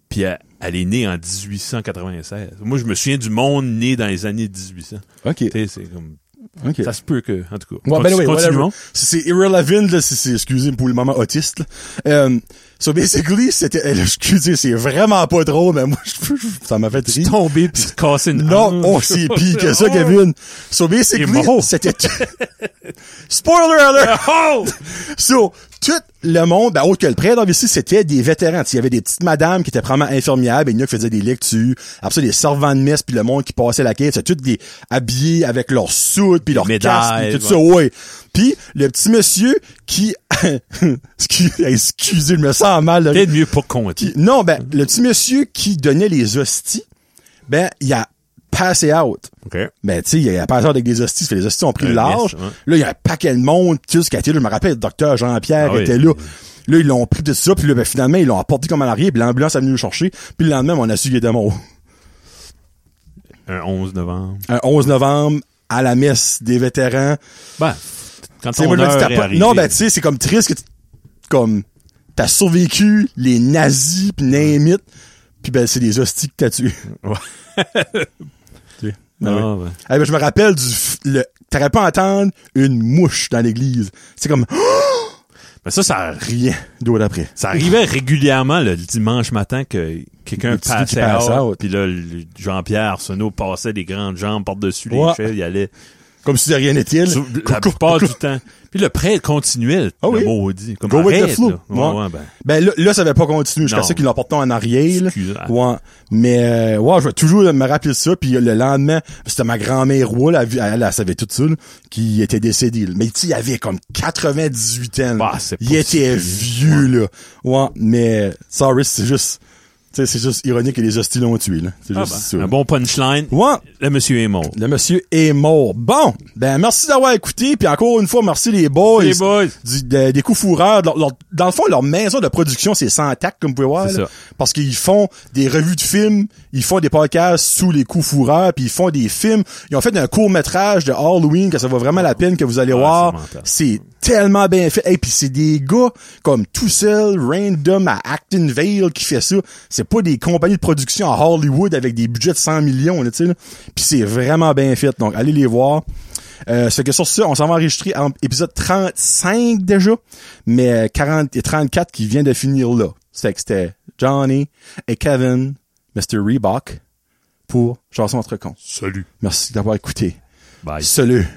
S2: Puis elle, elle est née en 1896. Moi, je me souviens du monde né dans les années 1800.
S1: OK.
S2: Tu sais, c'est comme...
S1: OK.
S2: Ça se peut que, en tout cas.
S1: Ouais, ben
S2: Conti-
S1: oui,
S2: continuons.
S1: whatever. C'est c'est irrelevant, là, c'est, c'est- excusez pour le moment autiste, là. Euh, so basically, c'était, eh, là, excusez, c'est vraiment pas drôle, mais moi, je, je- ça m'a fait rire.
S2: Tomber puis se casser une
S1: Non,
S2: hanche.
S1: oh, c'est pire que ça,
S2: Oh!
S1: Kevin. So
S2: Il
S1: basically,
S2: est mort.
S1: c'était, spoiler alert!
S2: Oh!
S1: So, tout le monde, ben, autre que le prêtre, ici, c'était des vétérans. Tu sais, Il y avait des petites madames qui étaient probablement infirmières, ben, il y en a qui faisaient des lectures. Après ça, des servants de messe, puis le monde qui passait la quête. C'était tous des habillés avec leurs soudes, puis leurs casques,
S2: médailles,
S1: puis tout ça, ouais. Puis, le petit monsieur qui... Excuse- Excusez, je me sens mal. là.
S2: Peut-être mieux pas compter.
S1: Qui- Non, ben, le petit monsieur qui donnait les hosties, ben, il a passé out.
S2: OK.
S1: Ben, tu sais, il y a pas avec des hosties, ça fait les hosties ont pris le
S2: Un
S1: large.
S2: mess, Euh, ouais.
S1: Là, il y a un paquet de monde, tu sais, ce qu'il y a été là. Je me rappelle, le docteur Jean-Pierre
S2: Ah oui.
S1: était là. Là, ils l'ont pris de ça, puis là, ben, finalement, ils l'ont apporté comme à l'arrière, puis l'ambulance est venue le chercher, puis le lendemain, on a su qu'il était mort.
S2: Un 11 novembre.
S1: Un 11 novembre, à la messe des vétérans.
S2: Ben, quand
S1: Tu sais,
S2: ton
S1: moi, je me dis,
S2: heure
S1: t'as
S2: est
S1: pas-
S2: arrivée.
S1: Non, ben, tu sais, c'est comme triste que, tu- comme, t'as survécu les nazis, puis name it, puis ben, c'est des hosties que t'as tués.
S2: Ouais.
S1: Tu sais. Ben oui.
S2: Ah, ouais.
S1: Eh ben, je me rappelle du, f- le, t'aurais pas à entendre une mouche dans l'église. C'est comme,
S2: Mais Ben, ça, ça
S1: rien d'eau d'après.
S2: Ça arrivait régulièrement le dimanche matin que quelqu'un
S1: Le petit qui
S2: passait
S1: passe
S2: out,
S1: out.
S2: puis là le- Jean-Pierre Arsenault passait les grandes jambes par-dessus les
S1: Ouais.
S2: chaises, il allait
S1: Comme si de rien n'était. là.
S2: sou- la
S1: Coucou,
S2: plupart
S1: coucou.
S2: du temps. Puis le prêtre continuait,
S1: Ah oui.
S2: le maudit, comme
S1: Go with the
S2: arrête,
S1: flow.
S2: là. Ouais,
S1: Ouais.
S2: ouais, ben,
S1: Ben là, là, ça avait pas continué. Jusqu'à
S2: Non.
S1: ça qu'ils l'emportent en arrière. là.
S2: Excuse-
S1: Ouais. Mais euh, ouais, je vais toujours me rappeler ça. Puis euh, le lendemain, c'était ma grand-mère Roy, là, elle, elle, elle savait tout ça, là, qui était décédée. là. Mais tu sais, il avait comme 98 ans. là.
S2: Bah, c'est
S1: il
S2: pas
S1: était
S2: si-
S1: vieux, là. Ouais, mais sorry, c'est juste... Tu sais, c'est juste ironique et les hostiles l'ont tué, là. C'est
S2: ah,
S1: juste
S2: ben,
S1: ça.
S2: un bon punchline.
S1: Ouais.
S2: Le monsieur est mort.
S1: Le monsieur est mort. Bon, ben merci d'avoir écouté, puis encore une fois, merci les boys.
S2: Les boys.
S1: Du- de- des coups fourreurs. Leur- leur- dans le fond, leur maison de production, c'est sans tac, comme vous pouvez voir.
S2: C'est
S1: là.
S2: ça.
S1: parce qu'ils font des revues de films, ils font des podcasts sous les coups fourreurs, puis ils font des films. Ils ont fait un court-métrage de Halloween que ça vaut vraiment la peine que vous allez
S2: Ah,
S1: voir.
S2: c'est mental.
S1: C'est tellement bien fait. Et puis c'est des gars comme tout seul, random à Acton Vale qui fait ça. C'est pas des compagnies de production à Hollywood avec des budgets de 100 millions, là, tu sais. là. Puis c'est vraiment bien fait. Donc allez les voir. Euh, ça fait que sur ça, on s'en va enregistrer en épisode 35 déjà, mais 40 et 34 qui vient de finir là. C'est que c'était Johnny et Kevin, Mr. Reebok, pour Chanson entre cons.
S2: Salut.
S1: Merci d'avoir écouté.
S2: Bye.
S1: Salut.